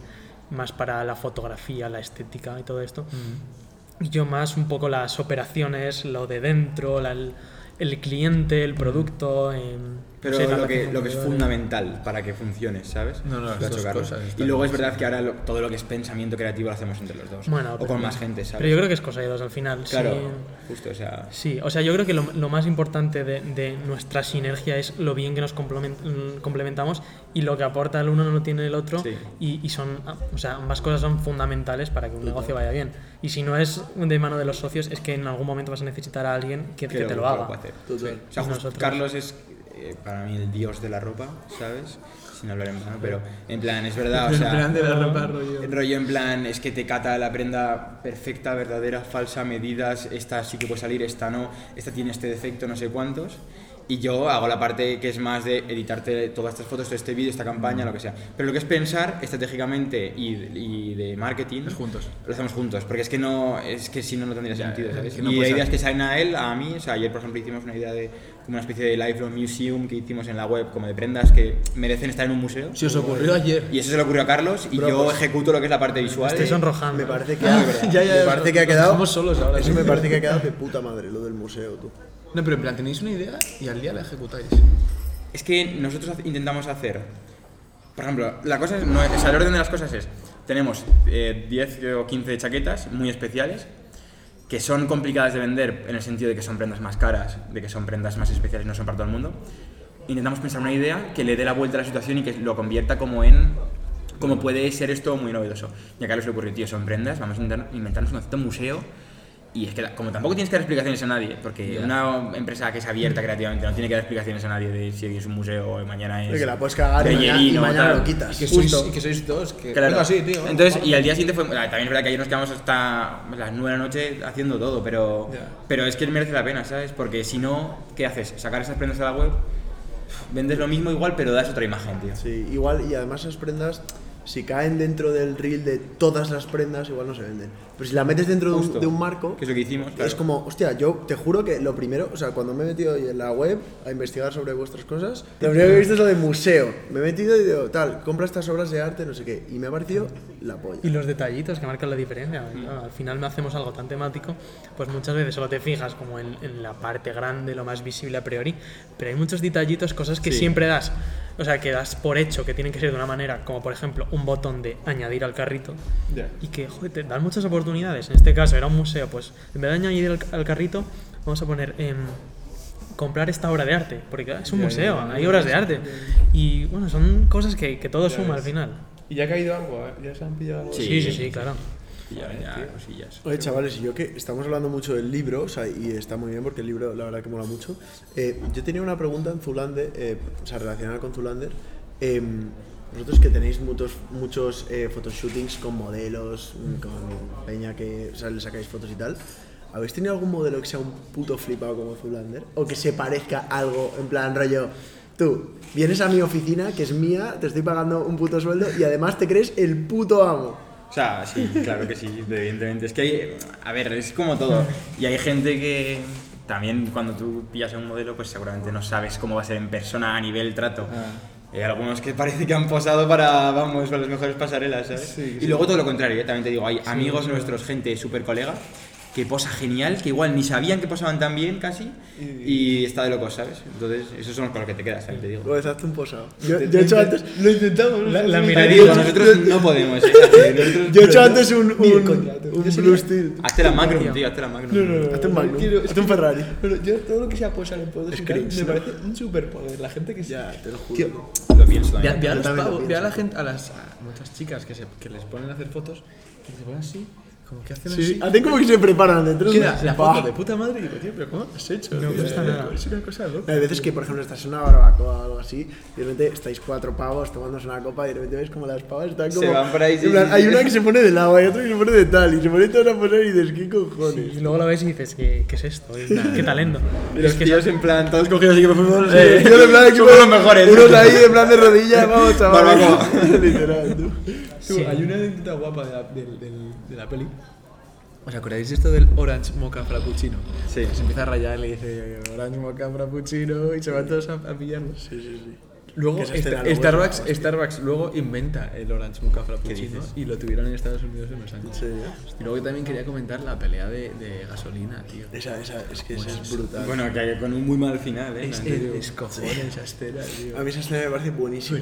F: más para la fotografía, la estética y todo esto.
D: Mm.
F: Y yo más un poco las operaciones, lo de dentro, la- el, el cliente, el producto, em,
D: Pero
F: Sí, la
D: lo, que,
F: plataforma
D: lo que es
F: de-
D: fundamental para que funcione, ¿sabes?
A: No, no, las
D: Lo
A: dos
D: chocarlo.
A: cosas
D: Y
A: están
D: luego es verdad que ahora lo- todo lo que es pensamiento creativo lo hacemos entre los dos.
F: Bueno,
D: o
F: pero-
D: con más gente, ¿sabes?
F: Pero yo creo que es cosa de dos al final.
D: Claro,
F: sí.
D: justo, o sea.
F: Sí, o sea, yo creo que lo, lo más importante de, de nuestra sinergia es lo bien que nos complement- mm, complementamos y lo que aporta el uno no lo tiene el otro
D: Sí.
F: y, y son, ah, o sea, ambas cosas son fundamentales para que un negocio vaya bien. Y si no es de mano de los socios, es que en algún momento vas a necesitar a alguien que, que
D: creo
F: te lo
D: que puedo
F: haga.
D: hacer.
B: Total.
D: O sea,
F: Y
D: justo
F: nosotros.
D: Carlos es eh, para mí el dios de la ropa, ¿sabes? Sin hablar en plano, pero en plan, es verdad, o sea.
A: plan de la ropa, rollo.
D: Rollo en plan, es que te cata la prenda perfecta, verdadera, falsa, medidas, esta sí que puede salir, esta no, esta tiene este defecto, no sé cuántos. Y yo hago la parte que es más de editarte todas estas fotos, todo este vídeo, esta campaña, lo que sea. Pero lo que es pensar estratégicamente y, y de marketing.
A: Es juntos.
D: Lo hacemos juntos, porque es que no, es que si no, no tendría
A: Ya,
D: sentido.
A: es
D: ¿sabes?
A: que no
D: y
A: puede
D: hay
A: ser.
D: ideas que salen a él, a mí. O sea, ayer, por ejemplo, hicimos una idea de como una especie de Lifelong Museum que hicimos en la web, como de prendas que merecen estar en un museo.
A: Si os ocurrió ayer.
D: Y eso se le ocurrió a Carlos y yo ejecuto lo que es la parte visual.
F: Estoy sonrojando.
B: Me parece que,
A: Ah, ya, ya,
B: me parece que ha
A: nos
B: quedado.
A: dejamos solos ahora,
B: Eso
A: sí.
B: me parece que ha quedado de puta madre, lo del museo, tú.
A: No, pero en plan, tenéis una idea y al día la ejecutáis.
D: Es que nosotros hace- intentamos hacer. Por ejemplo, la cosa es- no es- o sea, el orden de las cosas es: tenemos eh, 10 o 15 chaquetas muy especiales que son complicadas de vender en el sentido de que son prendas más caras, de que son prendas más especiales, no son para todo el mundo. Intentamos pensar una idea que le dé la vuelta a la situación y que lo convierta como en. como puede ser esto muy novedoso. Y a Carlos le ocurrió, tío, son prendas, vamos a inventar- inventarnos un concepto museo. Y es que, la- como tampoco tienes que dar explicaciones a nadie, porque una empresa que es abierta creativamente no tiene que dar explicaciones a nadie de si hoy es un museo o mañana es.
B: Porque la puedes cagar y mañana- y
D: Bellerino,
B: mañana
D: tal.
B: lo quitas.
A: Y que,
D: Justo.
A: sois, y que sois dos. Que...
D: Claro.
A: Venga, sí, tío.
D: Entonces, y al día siguiente fue. ah, También es verdad que ayer nos quedamos hasta las 9 de la noche haciendo todo, pero,
A: Ya.
D: pero es que merece la pena, ¿sabes? Porque si no, ¿qué haces? Sacar esas prendas a la web, vendes lo mismo igual, pero das otra imagen, tío.
B: Sí, igual, y además esas prendas, si caen dentro del reel de todas las prendas, igual no se venden. Pero si la metes dentro de un,
D: Justo.
B: de un marco,
D: Que es lo que hicimos,
B: es
D: claro.
B: como, hostia, yo te juro que lo primero, o sea, cuando me he metido hoy en la web a investigar sobre vuestras cosas, lo primero que he visto es lo de museo. Me he metido y digo, tal, compra estas obras de arte, no sé qué, y me ha parecido la polla.
F: Y los detallitos que marcan la diferencia. ¿no? Al final no hacemos algo tan temático, pues muchas veces solo te fijas como en, en la parte grande, lo más visible a priori, pero hay muchos detallitos, cosas que siempre das, o sea, que das por hecho que tienen que ser de una manera, como por ejemplo un botón de añadir al carrito, y que, joder, te dan muchas oportunidades. En este caso era un museo, pues en vez de añadir al, al carrito, vamos a poner... em, comprar esta obra de arte, porque claro, es un museo, hay obras de arte. Y bueno, son cosas que, que todo suma al final.
C: ¿Y ya ha caído algo? ¿Ya se han pillado algo?
F: Sí, sí, sí, claro.
D: Y ya, ya, cosillas.
B: Oye, chavales, y yo que estamos hablando mucho del libro, o sea, y está muy bien porque el libro la verdad que mola mucho. Eh, yo tenía una pregunta en Zulander, eh, o sea, relacionada con Zulander. Eh, vosotros que tenéis muchos, muchos eh, photoshootings con modelos, mm, con peña que o sea, le sacáis fotos y tal, ¿habéis tenido algún modelo que sea un puto flipado como Zulander? O que se parezca algo, en plan rollo, tú, vienes a mi oficina, que es mía, te estoy pagando un puto sueldo y además te crees el puto amo.
D: O sea, sí, claro que sí, evidentemente. Es que hay, a ver, es como todo. Y hay gente que también cuando tú pillas a un modelo, pues seguramente no sabes cómo va a ser en persona a nivel trato. Hay algunos que parece que han posado para, vamos, para las mejores pasarelas, ¿sabes? y luego todo lo contrario, ¿eh? también te digo, hay amigos nuestros, gente súper colega, que posa genial, que igual ni sabían que posaban tan bien casi, y, está de locos, ¿sabes? Entonces, esos son con los que te quedas, también te digo.
B: Pues hazte un posado. Yo, yo he hecho antes,
A: Lo intentamos.
F: La, la
D: Te
F: miradita.
D: digo, nosotros no podemos, ¿eh? Nosotros-
B: Yo he hecho antes un, un,
A: el contrato.
B: un Blue Steel.
D: Hazte la Magnum, tío, hazte la Magnum.
B: Hazte un Magnum,
A: Quiero-
B: hazte un Ferrari.
A: Pero yo todo lo que sea posar en fotos y tal,
B: cringe,
A: me
B: ¿no?
A: parece un superpoder. La gente que se-
B: Ya, te lo juro.
A: Que-
D: Lo pienso
A: Ve,
D: también.
A: a- ve a, los
B: también lo
A: pavos- ve
B: pienso.
A: a la gente, a las a muchas chicas que, se, que les ponen a hacer fotos, que se ponen así, como que hacen
B: Sí,
A: así.
B: hacen como que se preparan de tres
A: Queda
B: meses.
A: la
B: Bah.
A: foto de puta madre y digo, tío, pero ¿cómo lo has hecho?
F: No
A: tío?
F: cuesta nada.
A: Es una cosa loca.
B: Hay veces que, por ejemplo, estás en una barbacoa o algo así, y de repente estáis cuatro pavos tomándose una copa, y de repente ves como las pavas están
D: Se
B: como.
D: van por ahí,
B: en
D: sí,
B: plan,
D: sí,
B: hay
D: sí.
B: una que se pone de lado, hay otra que se pone de tal, y se pone todas a poner y dices, ¿qué cojones?
F: Y luego lo ves y dices, ¿qué, qué es esto? Y, ¿Qué talento?
D: Y
F: Y
D: los
F: es que
D: tíos en plan, todos cogidos así que fútbol.
C: Eh.
B: Yo de plan aquí
D: somos los mejores.
B: Unos ahí de plan de rodillas, vamos, chaval.
D: Barbacoa.
B: Literal, tú.
A: Tú,
F: Sí.
A: Hay una anécdota guapa de la, del- del- de la peli. ¿Os acordáis de esto del Orange Mocha Frappuccino?
D: Sí.
A: Que Se empieza a rayar y le dice Orange Mocha Frappuccino y se van todos a, a pillarlo. Sí, sí, sí.
C: Luego,
B: Que se
C: Sta-
B: estén a lo
C: Starbucks,
B: bueno,
C: Starbucks luego inventa el Orange Mocha Frappuccino
D: dices?
C: y lo tuvieron en Estados Unidos en los años.
B: serio?
C: Y luego también quería comentar la pelea de, de gasolina, tío.
B: Esa, esa, es que esa es brutal.
D: Bueno, que con un muy mal final, ¿eh?
C: Es,
D: Antes
C: es,
D: digo-
C: es cojones esa estela, tío.
B: A mí esa escena me parece buenísima.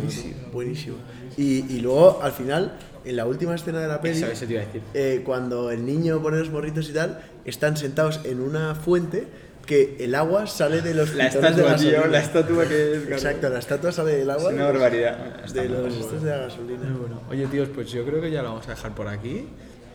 B: Buenísima. Y, y luego, al final, en la última escena de la peli,
D: Eso, eso te iba a decir.
B: eh, cuando el niño pone los morritos y tal, están sentados en una fuente que el agua sale de los
D: La
B: pitones de
D: estatua, tío,
B: gasolina.
D: la estatua que es.
B: Exacto, la estatua sale del
D: Es
B: agua.
D: una
B: de los-
D: barbaridad.
B: De los estos de la gasolina.
C: Bueno, oye tíos, pues yo creo que ya lo vamos a dejar por aquí.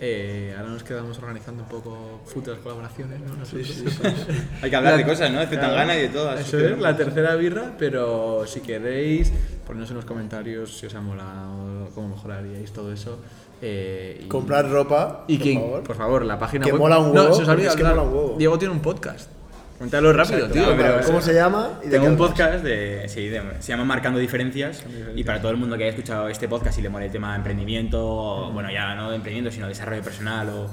C: Eh, ahora nos quedamos organizando un poco futuras colaboraciones, ¿no? Nosotros.
D: Hay que hablar
C: La-
D: de cosas, ¿no? De Zetangana y de todas.
C: Eso es, la tercera birra, pero si queréis, ponednos en los comentarios si os ha molado, cómo mejoraríais todo eso. eh, y-
B: Comprar ropa,
C: y
B: por
C: quien-
B: favor.
C: por favor, la página
B: Que
C: web.
B: mola un
C: No,
B: huevo,
C: se os ha
B: porque
C: olvidado
B: es que
C: hablar.
B: mola un huevo.
C: Diego tiene un podcast. Cuéntalo rápido,
B: Exacto,
C: tío.
B: claro,
C: pero-
B: ¿Cómo se llama? ¿Y de
D: Tengo
B: qué
D: un
B: hablas?
D: podcast de, sí, de- se llama Marcando Diferencias y para todo el mundo que haya escuchado este podcast y le mole el tema de emprendimiento, o, bueno, ya no de emprendimiento, sino desarrollo personal o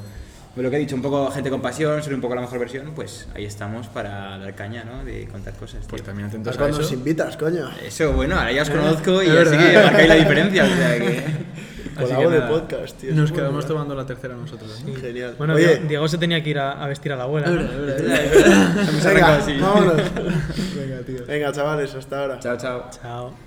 D: o lo que he dicho, un poco gente con pasión, ser un poco la mejor versión, pues ahí estamos para dar caña, ¿no? De contar cosas. tío.
C: Pues también atentos
B: Entonces,
C: a
B: cuando
C: eso.
B: nos invitas, coño.
D: Eso, bueno, ahora ya os conozco y
C: es
D: así
C: verdad.
D: que marcáis la diferencia. O sea que...
C: Así
B: Colabo
C: que
B: de
C: nada,
B: podcast, tío. es
C: Nos
B: muy
C: quedamos
B: bueno.
C: tomando la tercera nosotros. ¿no?
B: Genial.
F: Bueno,
B: Oye,
F: Diego- Diego se tenía que ir a, a vestir a la abuela. ¿no?
D: Hemos arrancado
B: venga,
D: así.
B: vámonos. venga, tío. Venga, chavales, hasta ahora.
D: Chao, chao.
F: Chao.